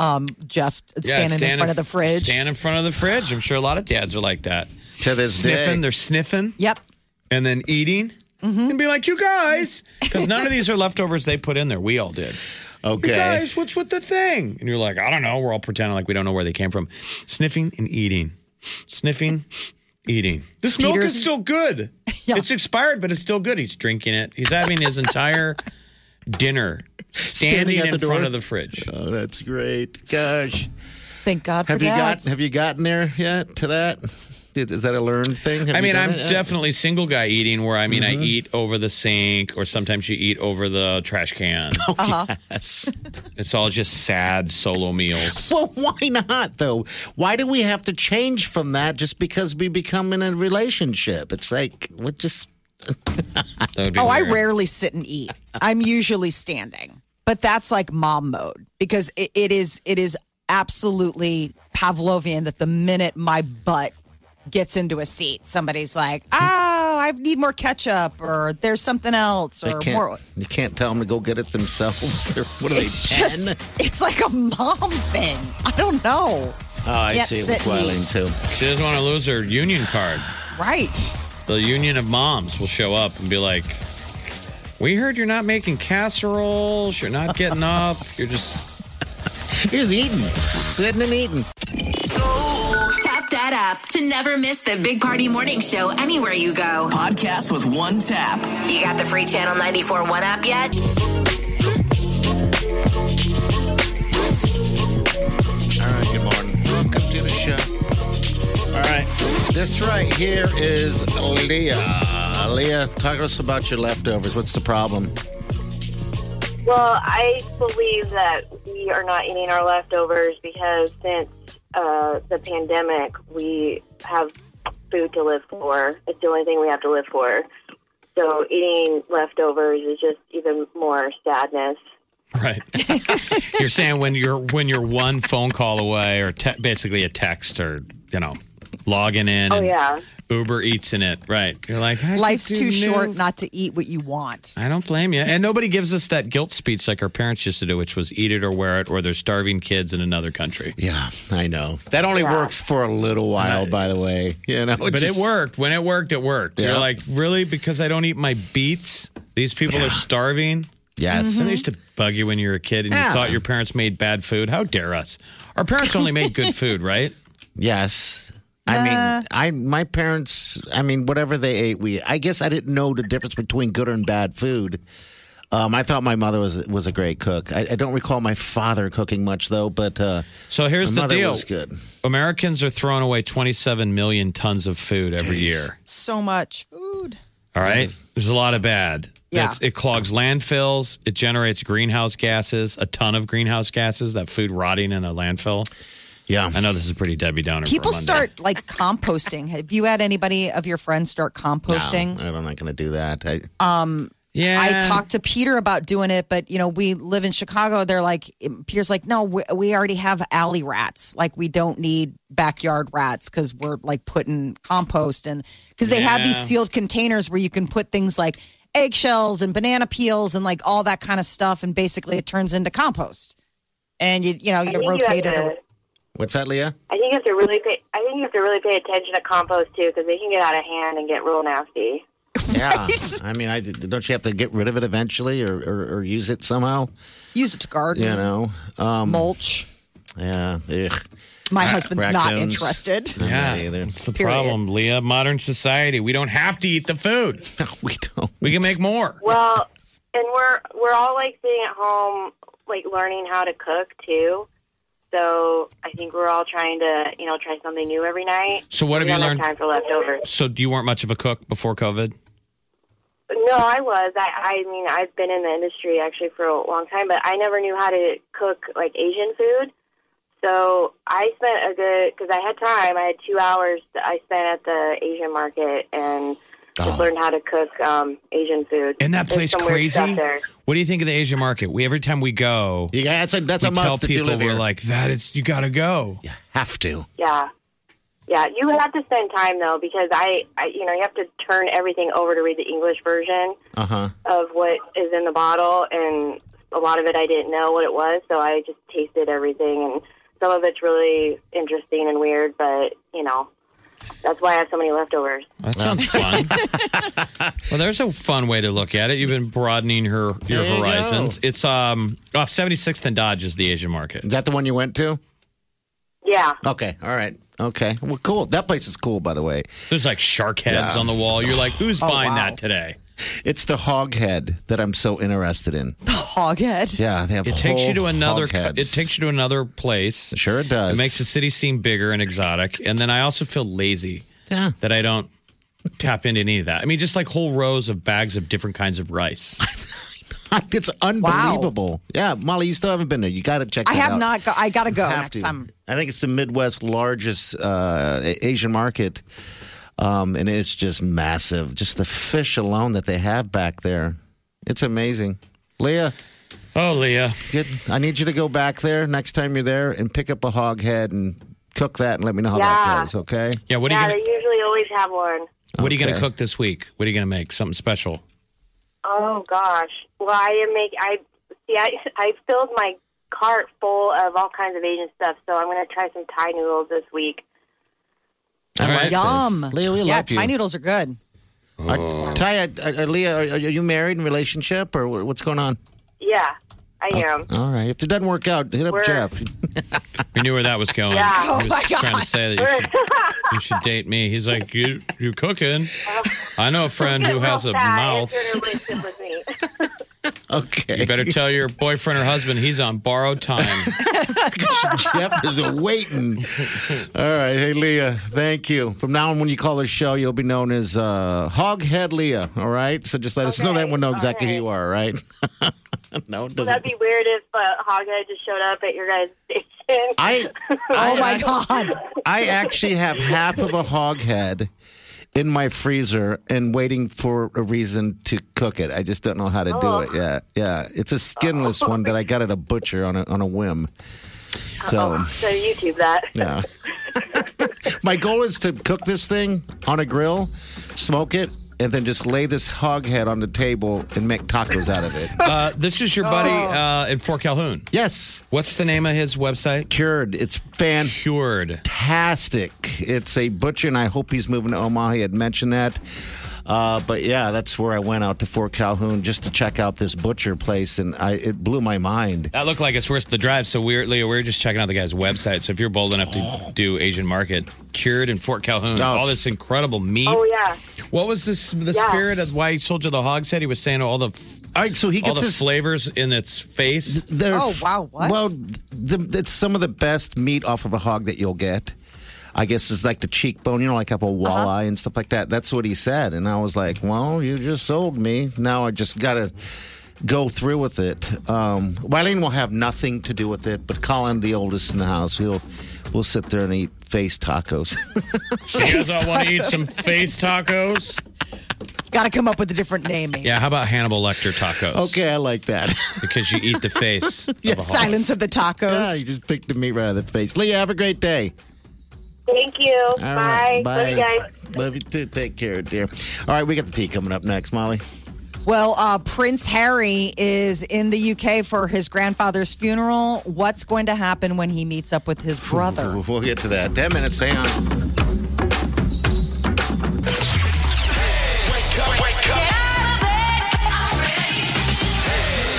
Speaker 4: um, Jeff,
Speaker 5: Yeah,
Speaker 4: standing in front of the fridge.
Speaker 5: Stand in front of the fridge. I'm sure a lot of dads are like that.
Speaker 6: To this
Speaker 5: Sniffing,
Speaker 6: day,
Speaker 5: they're sniffing
Speaker 4: Yep.
Speaker 5: and then eating.
Speaker 4: Mm-hmm.
Speaker 5: And be like, you guys, because none of these are leftovers they put in there. We all did.
Speaker 6: okay.
Speaker 5: You guys, what's with the thing? And you're like, I don't know. We're all pretending like we don't know where they came from. Sniffing and eating. Sniffing, eating. This milk
Speaker 4: Peter's-
Speaker 5: is still good.
Speaker 4: [LAUGHS] Yeah.
Speaker 5: It's expired, but it's still good. He's drinking it. He's having his entire dinner standing,
Speaker 6: Standing at
Speaker 5: in
Speaker 6: the door?
Speaker 5: front of the fridge.
Speaker 6: Oh, that's great. Gosh.
Speaker 4: Thank God
Speaker 6: Have
Speaker 4: for
Speaker 6: you
Speaker 4: that.
Speaker 6: got have you gotten there yet to that? Is is that a learned thing? Have
Speaker 5: I
Speaker 6: you
Speaker 5: mean,
Speaker 6: done
Speaker 5: I'm
Speaker 6: it Mm-hmm. yet?
Speaker 5: definitely single guy eating where I mean, I eat over the sink or sometimes you eat over the
Speaker 6: [LAUGHS]
Speaker 5: trash can.
Speaker 6: Oh,
Speaker 4: Uh-huh.
Speaker 6: Yes.
Speaker 5: it's all just sad
Speaker 4: [LAUGHS]
Speaker 5: solo
Speaker 6: [LAUGHS]
Speaker 5: meals.
Speaker 6: well, why not though? Why do we have to change from that just because we become in a relationship? It's like what just
Speaker 5: That would be
Speaker 4: oh, I
Speaker 5: weird.
Speaker 4: rarely sit and eat. I'm usually standing, but that's like mom mode because it, it is it is absolutely Pavlovian that the minute my butt gets into a seat, somebody's like,
Speaker 6: Hmm.
Speaker 4: "Oh, I need more ketchup," or "There's something else,"
Speaker 6: they
Speaker 4: or
Speaker 6: can't
Speaker 4: more.
Speaker 6: you can't tell them to go get it themselves. [LAUGHS] They're, what are
Speaker 4: It's
Speaker 6: they
Speaker 4: just
Speaker 6: ten?
Speaker 4: it's like a mom thing. I don't know.
Speaker 6: Oh, I
Speaker 4: can't
Speaker 6: see what's
Speaker 4: sit and
Speaker 6: Wyling too.
Speaker 5: She doesn't want to lose her union card.
Speaker 4: Right.
Speaker 5: the union of moms will show up and be like,
Speaker 4: [LAUGHS]
Speaker 5: "We heard you're not making casseroles. You're not getting up. You're just [LAUGHS]
Speaker 6: Here's eating, sitting and eating.
Speaker 2: Tap that app to never miss the Big Party Morning Show anywhere you go.
Speaker 10: Podcast with one tap.
Speaker 2: You got the free Channel 94.1 app yet?
Speaker 6: All right, good morning. Welcome to the show. All right, this right here is Leah. Leah, talk to us about your leftovers. What's the problem?
Speaker 11: Well, I believe that we are not eating our leftovers because since uh, the pandemic, we have food to live for. It's the only thing we have to live for. So eating leftovers is just even more sadness.
Speaker 5: Right. [LAUGHS] you're saying when you're when you're one phone call away, or te- basically a text, or you know, logging in.
Speaker 11: Oh
Speaker 5: and
Speaker 11: yeah.
Speaker 5: Uber Eats in it. Right. You're like, I could
Speaker 4: Life's
Speaker 5: do
Speaker 4: too
Speaker 5: new-
Speaker 4: short not to eat what you want.
Speaker 5: I don't blame you. And nobody gives us that guilt speech like our parents used to do, which was eat it or wear it, or they're starving kids in another country.
Speaker 6: Yeah, I know. That only works for a little while, by the way. [LAUGHS] You know,
Speaker 5: but
Speaker 6: just-
Speaker 5: it worked. When it worked, it worked.
Speaker 6: Yeah.
Speaker 5: You're like, really? Because I don't eat my beets? These people are starving?
Speaker 6: Yes. Mm-hmm.
Speaker 5: And they used to bug you when you were a kid and
Speaker 6: Yeah.
Speaker 5: you thought your parents made bad food. How dare us? Our parents only made
Speaker 4: [LAUGHS]
Speaker 5: good food, right?
Speaker 6: Yes. I
Speaker 5: Uh,
Speaker 6: mean, I my parents. I mean, whatever they ate, we. I guess I didn't know the difference between good and bad food. Um, I thought my mother was was a great cook. I, I don't recall my father cooking much though. But uh,
Speaker 5: So here's
Speaker 6: my
Speaker 5: the
Speaker 6: mother
Speaker 5: deal.
Speaker 6: Was good.
Speaker 5: Americans are throwing away 27 million tons of food every year.
Speaker 4: So much food.
Speaker 5: All right. There's a lot of bad.
Speaker 4: Yeah.
Speaker 5: That's- it clogs landfills. It generates greenhouse gases, a ton of greenhouse gases, that food rotting in a landfill.
Speaker 6: Yeah.
Speaker 5: I know this is pretty Debbie Downer. for
Speaker 4: People
Speaker 5: Monday.
Speaker 4: start like composting. [LAUGHS] Have you had anybody of your friends start composting?
Speaker 6: No, I'm not going to do that. I,
Speaker 5: Uh,
Speaker 4: Um,
Speaker 5: yeah.
Speaker 4: I talked to Peter about doing it, but you know, we live in Chicago. They're like, um, Peter's like, no, we, we already have alley rats. Like, we don't need backyard rats because we're like putting compost and because they have these
Speaker 12: Yeah.
Speaker 4: sealed containers where you can put things like eggshells and banana peels and like all that kind of stuff. And basically, it turns into compost. And you, you know,
Speaker 11: I
Speaker 4: you
Speaker 11: think you
Speaker 4: rotate
Speaker 11: have
Speaker 4: it.
Speaker 11: to-
Speaker 4: ar-
Speaker 6: what's that,
Speaker 5: [LAUGHS]
Speaker 6: Leah?
Speaker 11: I think you have to really pay. I think you have to really pay attention to compost too because they can get out of hand and get real nasty.
Speaker 6: Yeah. I mean, I don't you have to get rid of it eventually, or or, or use it somehow?
Speaker 4: Use it to garden.
Speaker 6: You know, um,
Speaker 4: mulch.
Speaker 6: Yeah. Ugh.
Speaker 4: My husband's not
Speaker 6: Raccoons.
Speaker 4: interested.
Speaker 6: I'm
Speaker 5: Yeah,
Speaker 6: not either. [LAUGHS]
Speaker 5: it's the
Speaker 4: Period.
Speaker 5: problem, Leah. Modern society, we don't have to eat the food.
Speaker 6: No, we don't.
Speaker 5: We can make more.
Speaker 11: Well, and we're we're all like sitting at home, like learning how to cook too. So I think we're all trying to, you know, try something new every night.
Speaker 5: So what have
Speaker 11: We
Speaker 5: you
Speaker 11: don't
Speaker 5: learned?
Speaker 11: Time for leftovers.
Speaker 5: So you weren't much of a cook before COVID.
Speaker 11: No, I was. I, I mean, I've been in the industry actually for a long time, but I never knew how to cook like Asian food. So I spent a good because I had time. I had two hours that I spent at the Asian market and just learned how to cook um, Asian food.
Speaker 5: Isn't Ah. that place
Speaker 11: There's some weird stuff
Speaker 5: crazy?
Speaker 11: there.
Speaker 5: What do you think of the Asian market? We every time we go,
Speaker 6: yeah, that's a that's
Speaker 5: we
Speaker 6: a must
Speaker 5: tell
Speaker 6: if you
Speaker 5: people
Speaker 6: live
Speaker 5: we're
Speaker 6: here.
Speaker 5: like that. It's you got to go. You
Speaker 6: have to.
Speaker 11: Yeah, yeah. You have to spend time though because I, I, you know, you have to turn everything over to read the English version.
Speaker 6: Uh huh.
Speaker 11: of what is in the bottle, and a lot of it I didn't know what it was, so I just tasted everything. And some of it's really interesting and weird, but you know, that's why I have so many leftovers.
Speaker 5: That sounds fun.
Speaker 6: [LAUGHS]
Speaker 5: well, there's a fun way to look at it. You've been broadening her your
Speaker 6: There you
Speaker 5: horizons. It's um off 76th and Dodge is the Asian market.
Speaker 6: Is that the one you went to?
Speaker 11: Yeah.
Speaker 6: Okay. All right. Okay. Well, cool. That place is cool, by the way.
Speaker 5: There's like shark heads
Speaker 6: Yeah.
Speaker 5: on the wall. You're like, who's
Speaker 6: Oh,
Speaker 5: buying
Speaker 6: wow.
Speaker 5: that today?
Speaker 6: It's the hog head that I'm so interested in.
Speaker 4: Hoghead.
Speaker 6: Yeah, they have.
Speaker 5: It takes you
Speaker 6: whole
Speaker 5: to another.
Speaker 6: hog heads.
Speaker 5: It takes you to another place.
Speaker 6: Sure, it does.
Speaker 5: It makes the city seem bigger and exotic. And then I also feel lazy
Speaker 6: Yeah.
Speaker 5: that I don't tap into any of that. I mean, just like whole rows of bags of different kinds
Speaker 6: [LAUGHS]
Speaker 5: of rice.
Speaker 6: [LAUGHS] It's unbelievable. Yeah, Molly, you still haven't been there. You got to check.
Speaker 4: I
Speaker 6: that
Speaker 4: have
Speaker 6: out.
Speaker 4: not. Go- I gotta go
Speaker 6: Have
Speaker 4: next
Speaker 6: to.
Speaker 4: time.
Speaker 6: I think it's the Midwest largest uh, A- Asian market, um, and it's just massive. Just the fish alone that they have back there, it's amazing. Leah,
Speaker 5: oh Leah,
Speaker 6: get, I need you to go back there next time you're there and pick up a hog head and cook that and let me know how
Speaker 11: Yeah.
Speaker 6: that goes. Okay.
Speaker 5: Yeah. What are
Speaker 11: yeah,
Speaker 5: you gonna
Speaker 11: they usually always have one.
Speaker 5: What are you gonna
Speaker 6: Okay.
Speaker 5: cook this week? What are you gonna make? Something special?
Speaker 11: Oh gosh. Well, I am make. I see. I I filled my cart full of all kinds of Asian stuff, so I'm going to try some Thai noodles this week.
Speaker 6: I like this.
Speaker 4: Yum.
Speaker 6: Leah, we
Speaker 4: yeah,
Speaker 6: love you.
Speaker 4: Thai noodles are good.
Speaker 6: uh, Are, Ty, are, are, Leah, are, are you married in relationship or wh- what's going on?
Speaker 11: Yeah, I am.
Speaker 6: All right. If it doesn't work out, hit up
Speaker 11: We're-
Speaker 6: Jeff.
Speaker 5: We knew where that was going.
Speaker 11: Yeah.
Speaker 5: He
Speaker 11: Oh,
Speaker 5: was
Speaker 11: my
Speaker 5: just trying to
Speaker 11: God.
Speaker 5: say that you should, you should date me. He's like, you you cooking? I know a friend who has a mouth.
Speaker 6: Okay.
Speaker 5: You better tell your boyfriend or husband he's on borrowed
Speaker 11: [LAUGHS]
Speaker 5: time.
Speaker 6: Jeff is waiting. All right. Hey, Leah, thank you. From now on, when you call this show, you'll be known as uh, Hoghead Leah. All right. So just let us know that we'll know exactly who you are, all right? [LAUGHS] no, it
Speaker 11: Well,
Speaker 6: doesn't.
Speaker 11: [LAUGHS] that'd be weird if uh, Hoghead just showed up at your guys' station. [LAUGHS]
Speaker 6: I-
Speaker 4: Oh my god!
Speaker 6: I actually have half of a hog head in my freezer and waiting for a reason to cook it. I just don't know how to do it yet. Yeah, it's a skinless one that I got at a butcher on a on a whim. So
Speaker 11: So YouTube that.
Speaker 6: yeah, [LAUGHS] my goal is to cook this thing on a grill, smoke it, and then just lay this hog head on the table and make tacos out
Speaker 5: [LAUGHS]
Speaker 6: of it.
Speaker 5: Uh, this is your buddy
Speaker 11: Oh.
Speaker 5: uh, in Fort Calhoun.
Speaker 6: Yes.
Speaker 5: What's the name of his website?
Speaker 6: Cured. It's fan
Speaker 5: cured.
Speaker 6: fantastic. It's a butcher, and I hope he's moving to Omaha. He had mentioned that. Uh, but yeah, that's where I went out to Fort Calhoun just to check out this butcher place, and I, it blew my mind.
Speaker 5: That looked like it's worth the drive. So weirdly, we were just checking out the guy's website. So if you're bold enough
Speaker 11: [GASPS]
Speaker 5: to do Asian Market, cured in Fort Calhoun,
Speaker 6: Oh,
Speaker 5: all
Speaker 6: it's-
Speaker 5: this incredible meat.
Speaker 11: Oh yeah.
Speaker 5: What was this? The
Speaker 11: Yeah.
Speaker 5: spirit of why he sold you the hog said he was saying all the f-
Speaker 6: All right, so he
Speaker 5: all
Speaker 6: gets
Speaker 5: the
Speaker 6: his.
Speaker 5: flavors in
Speaker 6: [LAUGHS]
Speaker 5: its face.
Speaker 6: their-
Speaker 4: Oh, wow, what?
Speaker 6: Well, the, it's some of the best meat off of a hog that you'll get. I guess it's like the cheekbone, you know, like of a
Speaker 4: Uh-huh.
Speaker 6: walleye and stuff like that. That's what he said, and I was like, "Well, you just sold me. Now I just gotta." go through with it. Um, Wileen will have nothing to do with it, but Colin, the oldest in the house, he'll will sit there and eat face tacos.
Speaker 5: [LAUGHS]
Speaker 6: [LAUGHS]
Speaker 5: You guys all want to eat
Speaker 4: [LAUGHS]
Speaker 5: some face tacos?
Speaker 4: Got to come up with a different name. Maybe.
Speaker 5: Yeah. How about Hannibal Lecter tacos?
Speaker 6: okay, I like that. [LAUGHS]
Speaker 5: Because you eat the face. of a hog.
Speaker 4: Silence of the
Speaker 6: yeah,
Speaker 4: Tacos.
Speaker 6: you Ah, just picked the meat right out of the face. Leah, have a great day.
Speaker 11: Thank you.
Speaker 6: All
Speaker 11: bye.
Speaker 6: right,
Speaker 11: Love you guys.
Speaker 6: Love you too. Take care, dear. All right, we got the tea coming up next, Molly.
Speaker 4: Well, uh, Prince Harry is in the UK for his grandfather's funeral. What's going to happen when he meets up with his brother?
Speaker 6: We'll get to that. 10 minutes. Stay on.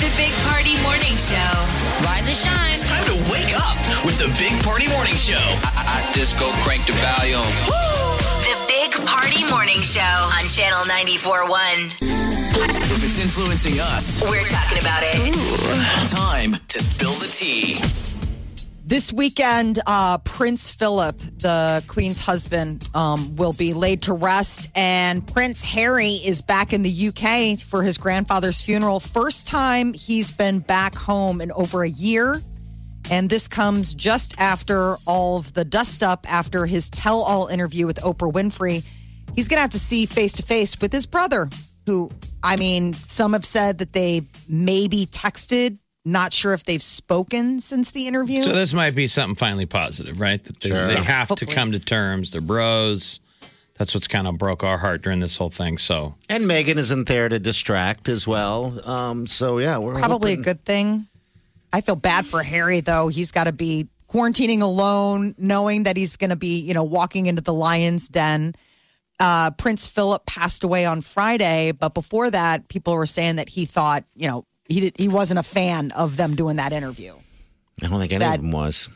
Speaker 2: The Big Party Morning Show. Rise and shine.
Speaker 10: Time to wake up with the Big Party Morning Show.
Speaker 12: I just go crank the volume.
Speaker 2: The Big Party Morning Show on Channel 94.1.
Speaker 10: If it's influencing us,
Speaker 2: We're talking about it.
Speaker 10: time to spill the tea.
Speaker 4: This weekend, uh, Prince Philip, the Queen's husband, um, will be laid to rest, and Prince Harry is back in the UK for his grandfather's funeral. First time he's been back home in over a year. And this comes just after all of the dust up after his tell all interview with Oprah Winfrey. He's going to have to see face to face with his brother, who, I mean, some have said that they maybe texted, not sure if they've spoken since the interview.
Speaker 5: So this might be something finally positive, right? That they,
Speaker 6: Sure.
Speaker 5: they have
Speaker 4: Hopefully.
Speaker 5: to come to terms. They're bros. That's what's kind of broke our heart during this whole thing. So
Speaker 6: And Megan isn't there to distract as well. Um, so, yeah, we're
Speaker 4: Probably
Speaker 6: hoping-
Speaker 4: a good thing. I feel bad for Harry, though. He's got to be quarantining alone, knowing that he's going to be, you know, walking into the lion's den. Uh, Prince Philip passed away on Friday, but before that, people were saying that he thought, you know, he did, he wasn't a fan of them doing that interview.
Speaker 6: I don't think any
Speaker 4: That-
Speaker 6: of them was.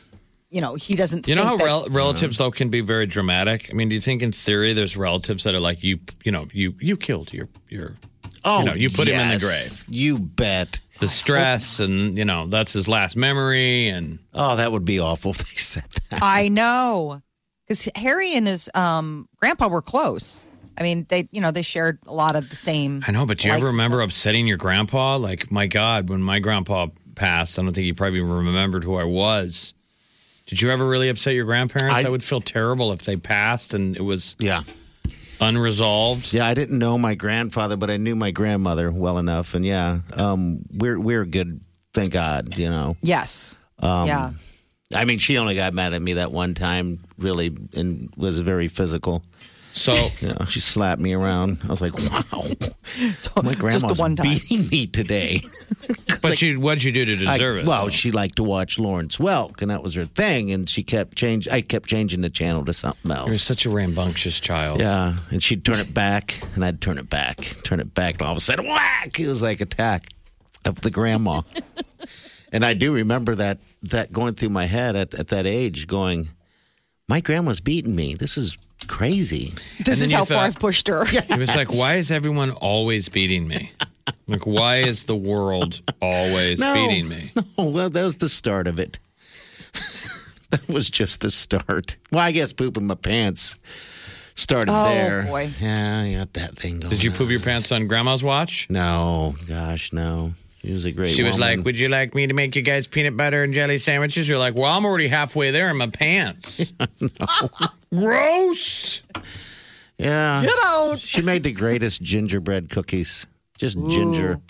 Speaker 4: You know, he doesn't.
Speaker 5: You know
Speaker 4: think
Speaker 5: how
Speaker 4: that-
Speaker 5: rel- relatives though can be very dramatic. I mean, do you think in theory there's relatives that are like you? You know, you you killed your your
Speaker 6: Oh,
Speaker 5: You know, you put him in the
Speaker 6: yes. You bet.
Speaker 5: the stress, and you know that's his last memory. And
Speaker 6: Oh, that would be awful [LAUGHS] if they said that.
Speaker 4: I know, because Harry and his um, grandpa were close. I mean, they, you know, they shared a lot of the same.
Speaker 5: I know, but do you ever
Speaker 4: likes.
Speaker 5: remember upsetting your grandpa? Like, my God, when my grandpa passed, I don't think he probably remembered who I was. Did you ever really upset your grandparents?
Speaker 6: I-
Speaker 5: I, would feel terrible if they passed and it was
Speaker 6: Yeah.
Speaker 5: unresolved.
Speaker 6: Yeah, I didn't know my grandfather, but I knew my grandmother well enough. And yeah, um, we're we're good, thank God, you know.
Speaker 4: Yes.
Speaker 6: Um,
Speaker 4: yeah.
Speaker 6: I mean, she only got mad at me that one time, really, and was very physical. [LAUGHS]
Speaker 5: So,
Speaker 6: You know, she slapped me around. I was like,
Speaker 4: [LAUGHS]
Speaker 6: wow. My grandma's
Speaker 4: Just the one time.
Speaker 6: beating me today.
Speaker 5: but you, what'd you do to
Speaker 6: I-
Speaker 5: deserve it?
Speaker 6: well,
Speaker 5: though?
Speaker 6: she liked to watch Lawrence Welk, and that was her thing. And she kept change. I kept changing the channel to something else.
Speaker 5: you're such a rambunctious child.
Speaker 6: Yeah, and she'd turn it back, and I'd turn it
Speaker 5: [LAUGHS]
Speaker 6: back, turn it back, and all of a sudden, whack! It was like attack of the grandma. And I do remember that that going through my head at, at that age, going, my grandma's beating me. This is crazy.
Speaker 4: This
Speaker 5: And
Speaker 4: is
Speaker 5: then you
Speaker 4: how far
Speaker 5: thought-
Speaker 4: I've pushed her.
Speaker 5: It was like, why is everyone always beating me? Like, why is the world always beating me?
Speaker 6: [LAUGHS] No, Oh, well, that was the start of it. [LAUGHS] that was just the start. Well, I guess pooping my pants started
Speaker 5: Oh,
Speaker 6: there.
Speaker 5: boy.
Speaker 6: Yeah, I got that thing going.
Speaker 5: Did you
Speaker 6: on.
Speaker 5: poop your pants on Grandma's watch?
Speaker 6: No, gosh, no. She was a great.
Speaker 5: She was
Speaker 6: woman.
Speaker 5: like, "Would you like me to make you guys peanut butter and jelly sandwiches?" You're like, "Well, I'm already halfway there in
Speaker 4: [LAUGHS]
Speaker 5: my pants." Gross.
Speaker 6: Yeah.
Speaker 5: Get
Speaker 4: out.
Speaker 6: She made the greatest gingerbread cookies. Just ginger.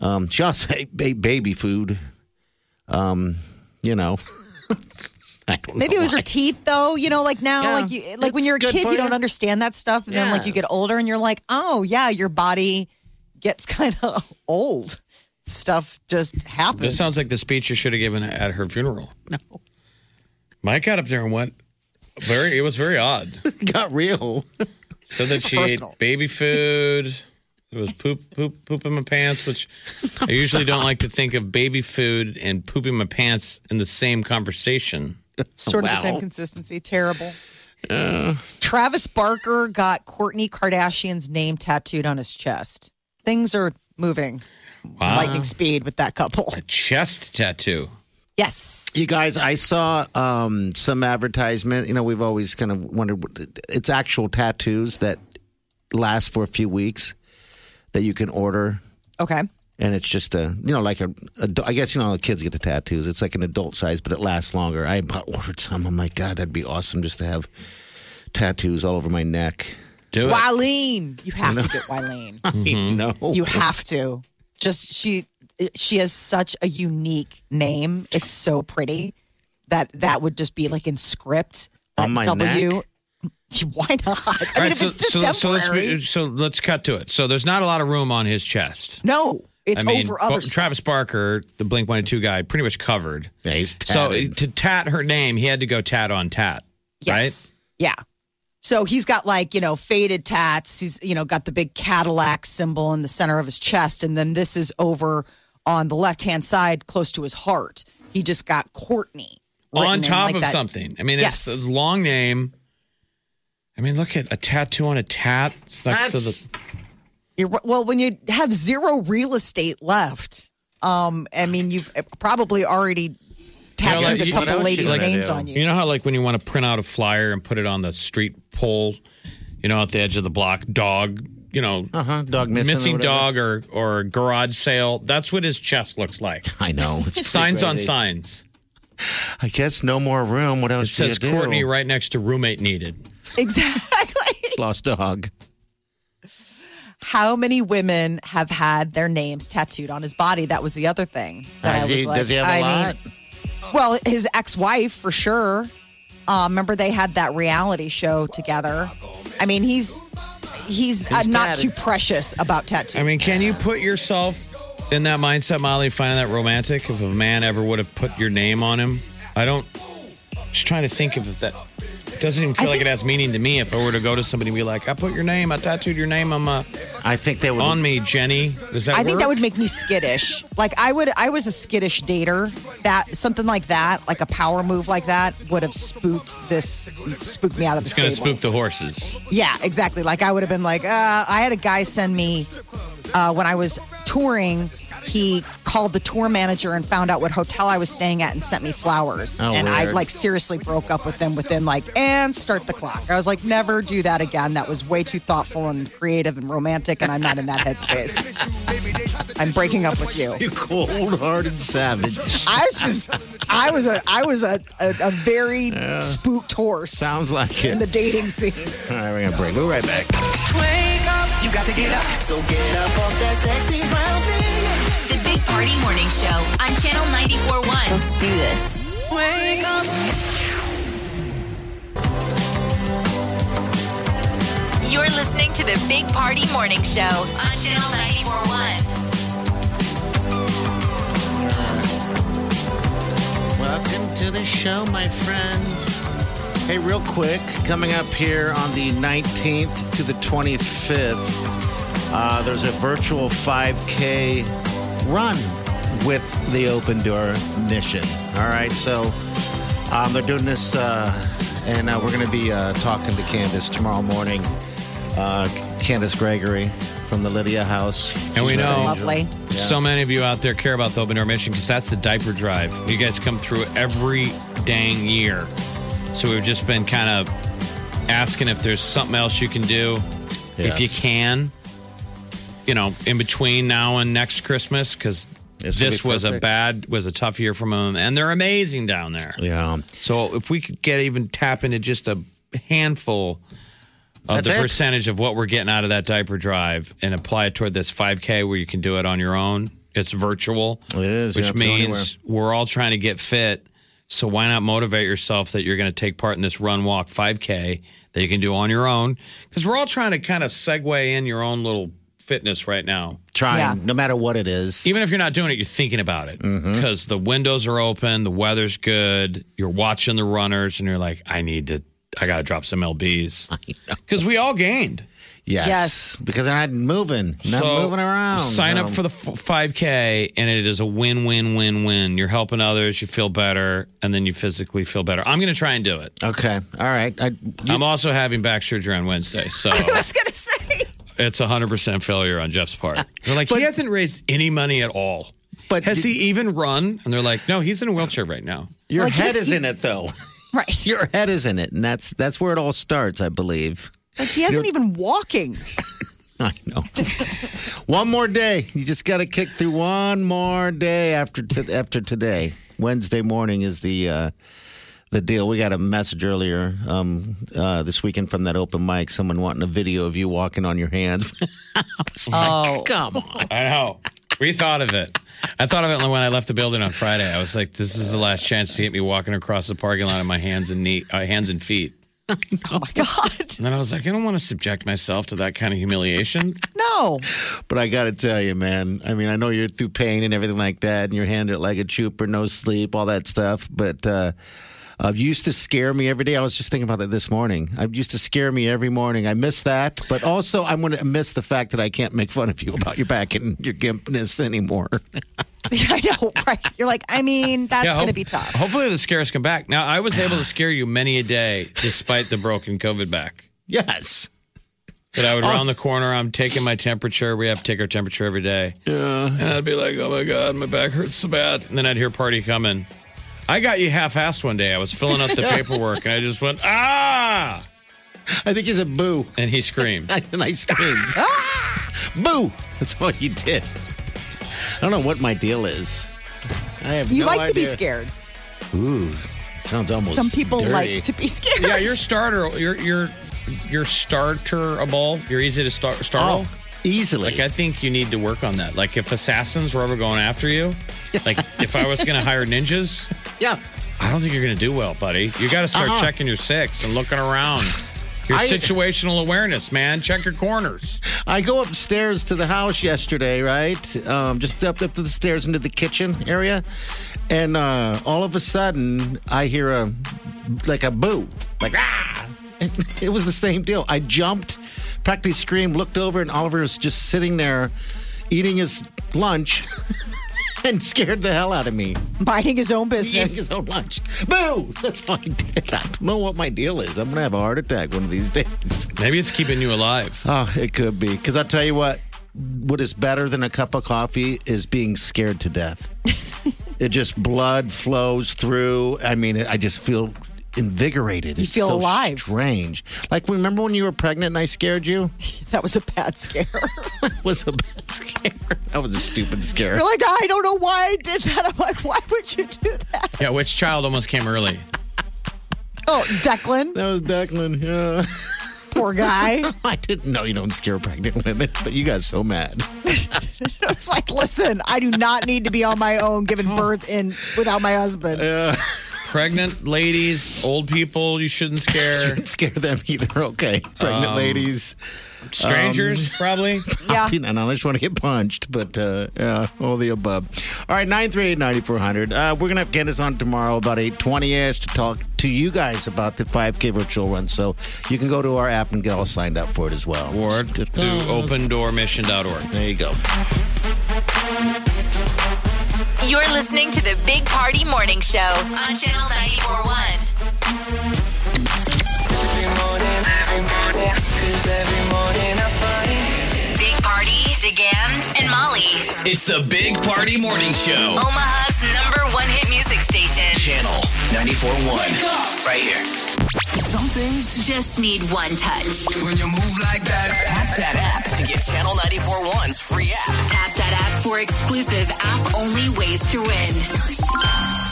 Speaker 6: Um, she also ate ba- baby food. Um, you know. [LAUGHS] I don't
Speaker 4: Maybe
Speaker 6: know
Speaker 4: it was
Speaker 6: why.
Speaker 4: her teeth, though. You know, like now,
Speaker 6: Yeah.
Speaker 4: like you, like when
Speaker 6: It's
Speaker 4: you're a
Speaker 6: good
Speaker 4: kid,
Speaker 6: for
Speaker 4: you,
Speaker 6: you.
Speaker 4: don't understand that stuff, and then like
Speaker 6: Yeah.
Speaker 4: you get older, and you're like, oh yeah, your body gets [LAUGHS] kind of old. Stuff just happens.
Speaker 5: This sounds like the speech you should have given at her funeral. No. Mike got up there and went very. It was very odd.
Speaker 6: got real.
Speaker 5: So that she
Speaker 6: Personal.
Speaker 5: ate baby food. It was poop, poop, poop in my
Speaker 4: [LAUGHS]
Speaker 5: pants, which I usually don't like to think of baby food and pooping my pants in the same conversation.
Speaker 4: sort of the same consistency. Terrible. Travis Barker got Courtney Kardashian's name tattooed on his chest. Things are moving
Speaker 5: Wow.
Speaker 4: lightning speed with that couple.
Speaker 5: Chest tattoo.
Speaker 4: Yes.
Speaker 6: You guys, I saw um, some advertisement. You know, we've always kind of wondered it's actual tattoos that last for a few weeks that you can order.
Speaker 4: Okay.
Speaker 6: And it's just a, you know, like a, a I guess, you know, the kids get the tattoos. It's like an adult size, but it lasts longer. I about ordered some. I'm like, God, that'd be awesome just to have tattoos all over my neck.
Speaker 5: Do
Speaker 4: Wileen, you have to
Speaker 6: No.
Speaker 4: get Wileen.
Speaker 6: [LAUGHS]
Speaker 5: Mm-hmm.
Speaker 6: No.
Speaker 4: You have to. Just she she has such a unique name. It's so pretty that that would just be like in script.
Speaker 6: On my
Speaker 4: W. [LAUGHS] Why not? I mean, if
Speaker 5: so,
Speaker 4: it's just
Speaker 5: so,
Speaker 4: temporary.
Speaker 5: so let's be- so let's cut to it. So there's not a lot of room on his chest.
Speaker 4: no, it's
Speaker 5: I mean,
Speaker 4: over
Speaker 5: Bo-
Speaker 4: other
Speaker 5: Travis Barker, the Blink 182 guy, pretty much covered.
Speaker 6: Yeah, he's
Speaker 5: so
Speaker 6: tatted.
Speaker 5: to tat her name, he had to go tat on tat.
Speaker 4: Yes. Yeah. So he's got like, you know, faded tats. He's, you know, got the big Cadillac symbol in the center of his chest. And then this is over on the left hand side, close to his heart. He just got Courtney.
Speaker 5: Right?
Speaker 4: written
Speaker 5: On
Speaker 4: in
Speaker 5: top
Speaker 4: like
Speaker 5: of
Speaker 4: that.
Speaker 5: something. I mean,
Speaker 4: yes.
Speaker 5: it's a long name. I mean, look at a tattoo on a tat. It's next to
Speaker 4: That's-
Speaker 5: the
Speaker 4: You're, well, when you have zero real estate left, um, I mean, you've probably already
Speaker 5: You know,
Speaker 4: tattooed
Speaker 5: like, you-
Speaker 4: a couple
Speaker 5: like,
Speaker 4: ladies'
Speaker 5: like,
Speaker 4: names on you.
Speaker 5: You know how like when you want to print out a flyer and put it on the street pole, you know, at the edge of the block, dog, you know,
Speaker 6: Uh-huh, dog missing or
Speaker 5: dog or or garage sale. That's what his chest looks like.
Speaker 6: I know. It's
Speaker 5: signs
Speaker 6: pretty
Speaker 5: on
Speaker 6: crazy.
Speaker 5: signs.
Speaker 6: I guess no more room. What else
Speaker 5: It says
Speaker 6: do you do?
Speaker 5: Courtney right next to roommate needed.
Speaker 4: [LAUGHS] Exactly.
Speaker 6: Lost dog.
Speaker 4: How many women have had their names tattooed on his body? That was the other thing. That
Speaker 6: Does
Speaker 4: I was
Speaker 6: he-
Speaker 4: like,
Speaker 6: does he have a
Speaker 4: I
Speaker 6: lot?
Speaker 4: Mean, well, his ex-wife for sure. Uh, remember they had that reality show together. I mean, he's he's, uh,
Speaker 5: He's
Speaker 4: not too
Speaker 5: tatted.
Speaker 4: precious about tattoos.
Speaker 5: I mean, can you put yourself in that mindset, Molly? Find that romantic if a man ever would have put your name on him. I don't. Just trying to think of that. It doesn't even feel like it has meaning to me if I were to go to somebody and be like, "I put your name, I tattooed your name on my."
Speaker 6: I think they would
Speaker 5: on me, Jenny. Does that?
Speaker 4: I think that
Speaker 5: work?
Speaker 4: would make me skittish. Like I would, I was a skittish dater. That something like that, like a power move like that, would have spooked this, spooked me out of the
Speaker 5: It's going to spook
Speaker 4: stables.
Speaker 5: the horses.
Speaker 4: Yeah, exactly. Like I would have been like, uh, I had a guy send me uh, when I was touring. He called the tour manager and found out what hotel I was staying at and sent me flowers.
Speaker 13: Oh,
Speaker 4: and I
Speaker 13: weird.
Speaker 4: like seriously broke up with them within like and start the clock. I was like, never do that again. That was way too thoughtful and creative and romantic, and I'm not in that headspace. I'm breaking up with you.
Speaker 6: You [LAUGHS] cold-hearted savage.
Speaker 4: [LAUGHS] I was just, I was a, I was a, a, a very
Speaker 6: Yeah.
Speaker 4: spooked horse.
Speaker 6: Sounds like it.
Speaker 4: in the dating scene.
Speaker 6: All right, we're going to break. We'll be right back.
Speaker 3: Wake up, you got to get up. So get up off that sexy brown thing.
Speaker 2: The Big Party Morning Show on Channel 94.1. Let's do this.
Speaker 3: Wake up.
Speaker 2: You're listening to the Big Party Morning Show on Channel 94.1.
Speaker 6: Welcome to the show, my friends. Hey, real quick, coming up here on the 19th to the 25th, uh, there's a virtual 5K run with the Open Door Mission. All right, so um, they're doing this, uh, and uh, we're going to be uh, talking to Candace tomorrow morning. Uh, Candace Gregory from the Lydia House.
Speaker 5: And we
Speaker 6: She's
Speaker 5: know
Speaker 6: an angel.
Speaker 5: so many of you out there care about the open door mission because that's the diaper drive. You guys come through every dang year. So we've just been kind of asking if there's something else you can do. If you
Speaker 6: Yes.
Speaker 5: can, you know, in between now and next Christmas, because
Speaker 6: This
Speaker 5: this,
Speaker 6: would be
Speaker 5: was a
Speaker 6: perfect.
Speaker 5: bad, was a tough year for them. And they're amazing down there.
Speaker 6: Yeah.
Speaker 5: So if we could get even tap into just a handful of
Speaker 6: That's
Speaker 5: the
Speaker 6: it.
Speaker 5: percentage of what we're getting out of that diaper drive and apply it toward this 5K where you can do it on your own. It's virtual,
Speaker 6: It is, you
Speaker 5: which
Speaker 6: don't have to go
Speaker 5: means we're all trying to get fit. So why not motivate yourself that you're going to take part in this run walk 5K that you can do on your own? Because we're all trying to kind of segue in your own little fitness right now.
Speaker 6: Trying, no matter what it is.
Speaker 5: Even if you're not doing it, you're thinking about it
Speaker 6: Mm-hmm.
Speaker 5: because the windows are open, the weather's good, you're watching the runners, and you're like, I need to, I got to drop some
Speaker 6: [LAUGHS]
Speaker 5: LBs. Because we all gained.
Speaker 6: Yes. Because I'm not moving, not
Speaker 5: So,
Speaker 6: moving around.
Speaker 5: Sign up
Speaker 6: Um,
Speaker 5: for the f- 5K, and it is a win, win, win, win. You're helping others, you feel better, and then you physically feel better. I'm going to try and do it.
Speaker 6: Okay. All right. I,
Speaker 5: I'm also having back surgery on Wednesday.
Speaker 6: [LAUGHS]
Speaker 4: [LAUGHS]
Speaker 5: So
Speaker 4: going to say.
Speaker 5: it's 100% failure on Jeff's part. They're like, he hasn't raised any money at all.
Speaker 6: But
Speaker 5: has he even run? And they're like, no, he's in a wheelchair right now.
Speaker 6: Your head is in it, though. [LAUGHS]
Speaker 4: Right.
Speaker 6: Your head is in it, and that's that's where it all starts, I believe. [LAUGHS]
Speaker 4: Like he hasn't
Speaker 6: You're-
Speaker 4: even walking.
Speaker 6: I [LAUGHS] know. one more day. You just got to kick through one more day after t- after today. Wednesday morning is the uh, the deal. We got a message earlier um, uh, this weekend from that open mic. Someone wanting a video of you walking on your hands. [LAUGHS] oh, come on!
Speaker 5: I know. We thought of it. I thought of it when I left the building on Friday. I was like, "This is the last chance to get me walking across the parking lot on my hands and knee, uh, hands and feet."
Speaker 4: Oh my [LAUGHS] God.
Speaker 5: And then I was like, "I don't want to subject myself to that kind
Speaker 4: [LAUGHS]
Speaker 5: of humiliation."
Speaker 4: No.
Speaker 6: But I got to tell you, man. I mean, I know you're through pain and everything like that, and you're handed like a trooper, no sleep, all that stuff. But uh, uh, used to scare me every day. I was just thinking about that this morning. I used to scare me every morning. I miss that, but also I'm going to miss the fact that I can't make fun of you about your back and your gimpness anymore. [LAUGHS]
Speaker 4: I know, right? You're like, I mean, that's
Speaker 5: Yeah,
Speaker 4: going to
Speaker 5: hope-
Speaker 4: be tough.
Speaker 5: Hopefully, the scares come back. Now, I was [SIGHS] able to scare you many a day, despite the broken COVID back.
Speaker 6: yes.
Speaker 5: That
Speaker 4: Oh.
Speaker 5: I would round the corner. I'm taking my temperature. We have to take our temperature every day.
Speaker 6: Yeah.
Speaker 5: And I'd be like, oh my God, my back hurts so bad. And then I'd hear party coming. I got you half assed one day. I was
Speaker 4: [LAUGHS]
Speaker 5: filling out the paperwork and I just went, ah.
Speaker 6: I think he's a boo. [LAUGHS]
Speaker 5: And
Speaker 4: [LAUGHS]
Speaker 5: he screamed.
Speaker 6: and I screamed, Ah! "Boo!" That's all you did. I don't know what my deal is. I have.
Speaker 4: You
Speaker 6: no
Speaker 4: like to be
Speaker 6: idea.
Speaker 4: scared.
Speaker 6: Ooh, sounds almost.
Speaker 4: Some people
Speaker 6: dirty.
Speaker 4: like to be scared. [LAUGHS]
Speaker 5: Yeah, you're starter. You're, you're, you're starterable. You're easy to star- startle.
Speaker 6: Oh, easily.
Speaker 5: Like, I think you need to work on that. Like, if assassins were ever going after you, like, if I was going to hire ninjas,
Speaker 6: yeah.
Speaker 5: I don't think you're going to do well, buddy. You got to start
Speaker 6: Uh-uh.
Speaker 5: checking your six and looking around. Your
Speaker 6: I-
Speaker 5: situational awareness, man. Check your corners.
Speaker 6: I go upstairs to the house yesterday, right? Um, just up up to the stairs into the kitchen area, and uh, all of a sudden I hear a like a boo, like ah! [LAUGHS] It was the same deal. I jumped, practically screamed, looked over, and Oliver was just sitting there eating his lunch. [LAUGHS] And scared the hell out of me.
Speaker 4: minding his own
Speaker 6: Eating
Speaker 4: business.
Speaker 6: his own lunch. Boo! [LAUGHS] That's all I did. I don't know what my deal is. I'm gonna have a heart attack one of these [LAUGHS] days.
Speaker 5: Maybe it's keeping you alive.
Speaker 6: Oh, it could be. Because I'll tell you what, what is better than a cup of coffee is being scared to
Speaker 4: [LAUGHS]
Speaker 6: death. it just blood flows through. I mean, I just feel invigorated.
Speaker 4: You
Speaker 6: It's
Speaker 4: feel
Speaker 6: so
Speaker 4: alive.
Speaker 6: Strange. Like, remember when you were pregnant and I scared
Speaker 4: [LAUGHS]
Speaker 6: you?
Speaker 4: That was a bad scare. [LAUGHS]
Speaker 6: That was a bad scare. [LAUGHS] That was a stupid scare.
Speaker 4: you're like, I don't know why I did that. I'm like, why would you do that?
Speaker 5: Yeah, which child almost came early?
Speaker 4: Oh, Declan,
Speaker 6: That was Declan. Yeah. [LAUGHS]
Speaker 4: poor guy. [LAUGHS]
Speaker 6: I didn't know you don't scare pregnant women, but you got so mad. [LAUGHS]
Speaker 4: I was like, listen, I do not need to be on my own, giving birth in without my husband.
Speaker 5: Pregnant ladies, old people, you shouldn't
Speaker 6: [LAUGHS]
Speaker 5: scare.
Speaker 6: Shouldn't scare them either. Okay. Pregnant ladies.
Speaker 5: Strangers, probably.
Speaker 4: Yeah.
Speaker 6: I don't know, I just want to get punched, but uh, yeah, all the above. All right, 938 9400. Uh, we're going to have Candace on tomorrow about 820 ish to talk to you guys about the 5K virtual run. So you can go to our app and get all signed up for it as well.
Speaker 5: Or to opendoormission.org.
Speaker 6: There you go.
Speaker 2: You're listening to the Big Party Morning Show on Channel 941.
Speaker 3: Every morning, every morning, 'cause every morning I find
Speaker 2: Big Party, DeGan, and Molly.
Speaker 10: It's the Big Party Morning Show.
Speaker 2: Omaha's number one hit music station.
Speaker 10: Channel 94.1. Right here.
Speaker 2: Some things just need one touch.
Speaker 12: When you move like that, tap that app
Speaker 10: To get Channel 94.1's free app.
Speaker 2: Tap that app for exclusive app only ways to win.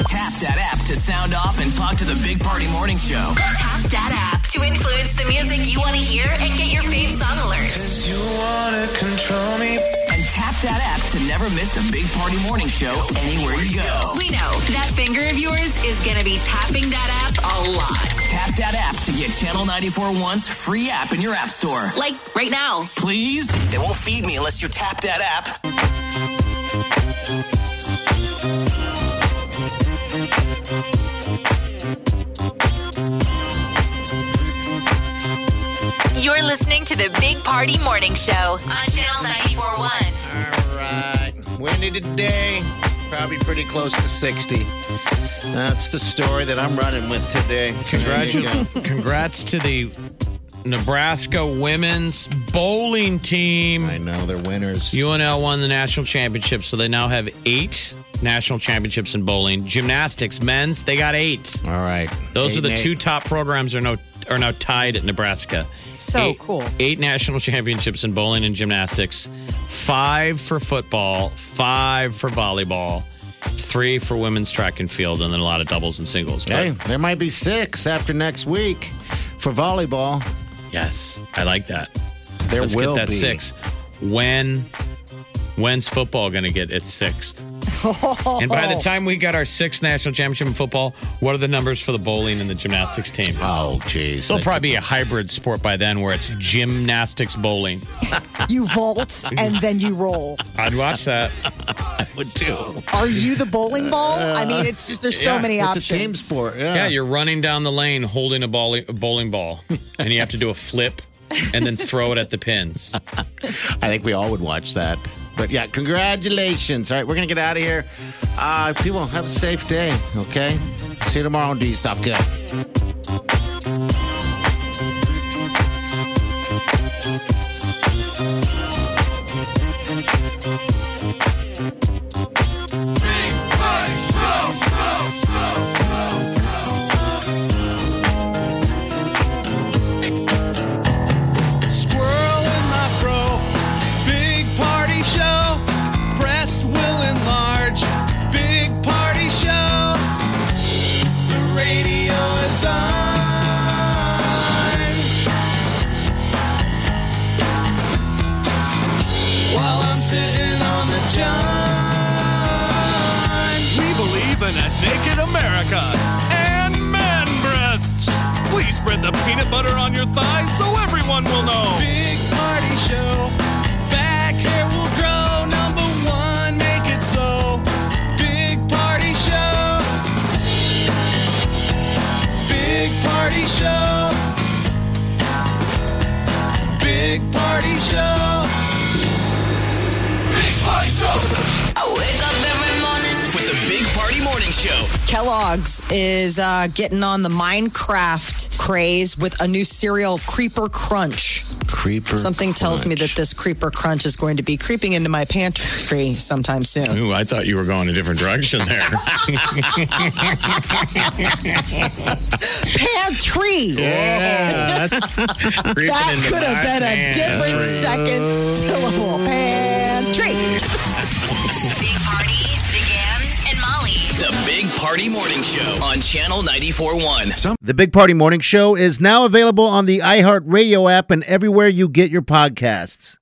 Speaker 10: Tap that app to sound off and talk to the Big Party Morning Show.
Speaker 2: Tap that app to influence the music you want to hear and get your fave song alerts.
Speaker 10: You wanna control me? And tap that app to never miss the Big Party Morning Show anywhere you go.
Speaker 2: We know that finger of yours is going to be tapping that app a lot.
Speaker 10: Tap that app to get Channel 94.1's free app in your app store.
Speaker 2: Like right now.
Speaker 10: Please? They won't feed me unless you tap that app.
Speaker 2: You're listening to the Big Party Morning Show on Channel
Speaker 6: All
Speaker 2: 941.
Speaker 6: right. Windy today. Probably pretty close to 60. That's the story that I'm running with today. There you go.
Speaker 5: Congratu- congrats to the Nebraska women's bowling team. I
Speaker 6: know they're winners.
Speaker 5: UNL won the national championship, so they now have eight national championships in bowling. Gymnastics, men's, they got eight.
Speaker 6: All right,
Speaker 5: those
Speaker 6: Eight
Speaker 5: are the
Speaker 6: and
Speaker 5: two
Speaker 6: eight.
Speaker 5: top programs are now are now tied at Nebraska.
Speaker 4: So
Speaker 5: Eight-
Speaker 4: cool.
Speaker 5: Eight national championships in bowling and gymnastics, five for football, five for volleyball, three for women's track and field, and then a lot of doubles and singles. But
Speaker 6: Hey, there might be six after next week for volleyball.
Speaker 5: Yes, I like that.
Speaker 6: There
Speaker 5: Let's
Speaker 6: will
Speaker 5: get that
Speaker 6: be.
Speaker 5: six. When when's football going to get its sixth? And by
Speaker 6: [LAUGHS]
Speaker 5: the time we got our sixth national championship in football, what are the numbers for the bowling and the gymnastics team?
Speaker 6: Oh, jeez.
Speaker 5: It'll probably be a hybrid sport by then where it's gymnastics bowling.
Speaker 4: You vault and then you roll.
Speaker 5: I'd watch that.
Speaker 6: [LAUGHS] I would too.
Speaker 4: Are you the bowling ball? I mean, it's just there's so
Speaker 5: Yeah,
Speaker 4: many
Speaker 5: it's a
Speaker 4: options.
Speaker 5: team
Speaker 6: sport.
Speaker 5: Yeah. you're running down the lane holding a, ball, a bowling ball, and you have to do a flip and then throw it at the pins.
Speaker 6: I think we all would watch that. But yeah, congratulations. All right, we're going to get out of here. Uh, people, have a safe day, okay? See you tomorrow on D Stop Good.
Speaker 13: Squirrel in my fro. Big party show. Breast will enlarge. Big party show. The radio is on. While I'm sitting on the john. We believe in a naked America and man breasts. Please spread the peanut butter on your thighs so everyone will know. Big party show. Back hair will grow. Number one, make it so. Big party show. Big party show. Big party show. Big party show.
Speaker 2: I wake up every morning.
Speaker 10: With the Big Party Morning Show.
Speaker 4: Kellogg's is uh, getting on the Minecraft craze with a new cereal, Creeper Crunch.
Speaker 6: Creeper.
Speaker 4: Something tells me that this Creeper Crunch is going to be creeping into my pantry sometime soon.
Speaker 5: Ooh, I thought you were going a different direction there.
Speaker 4: Pantry!
Speaker 6: [LAUGHS]
Speaker 3: Yeah,
Speaker 4: that
Speaker 3: into
Speaker 4: could have
Speaker 3: my
Speaker 4: been a
Speaker 3: pantry.
Speaker 4: different second syllable. Pantry!
Speaker 2: And Molly.
Speaker 10: The Big Party Morning Show on Channel 94.1.
Speaker 1: The Big Party Morning Show is now available on the iHeartRadio app and everywhere you get your podcasts.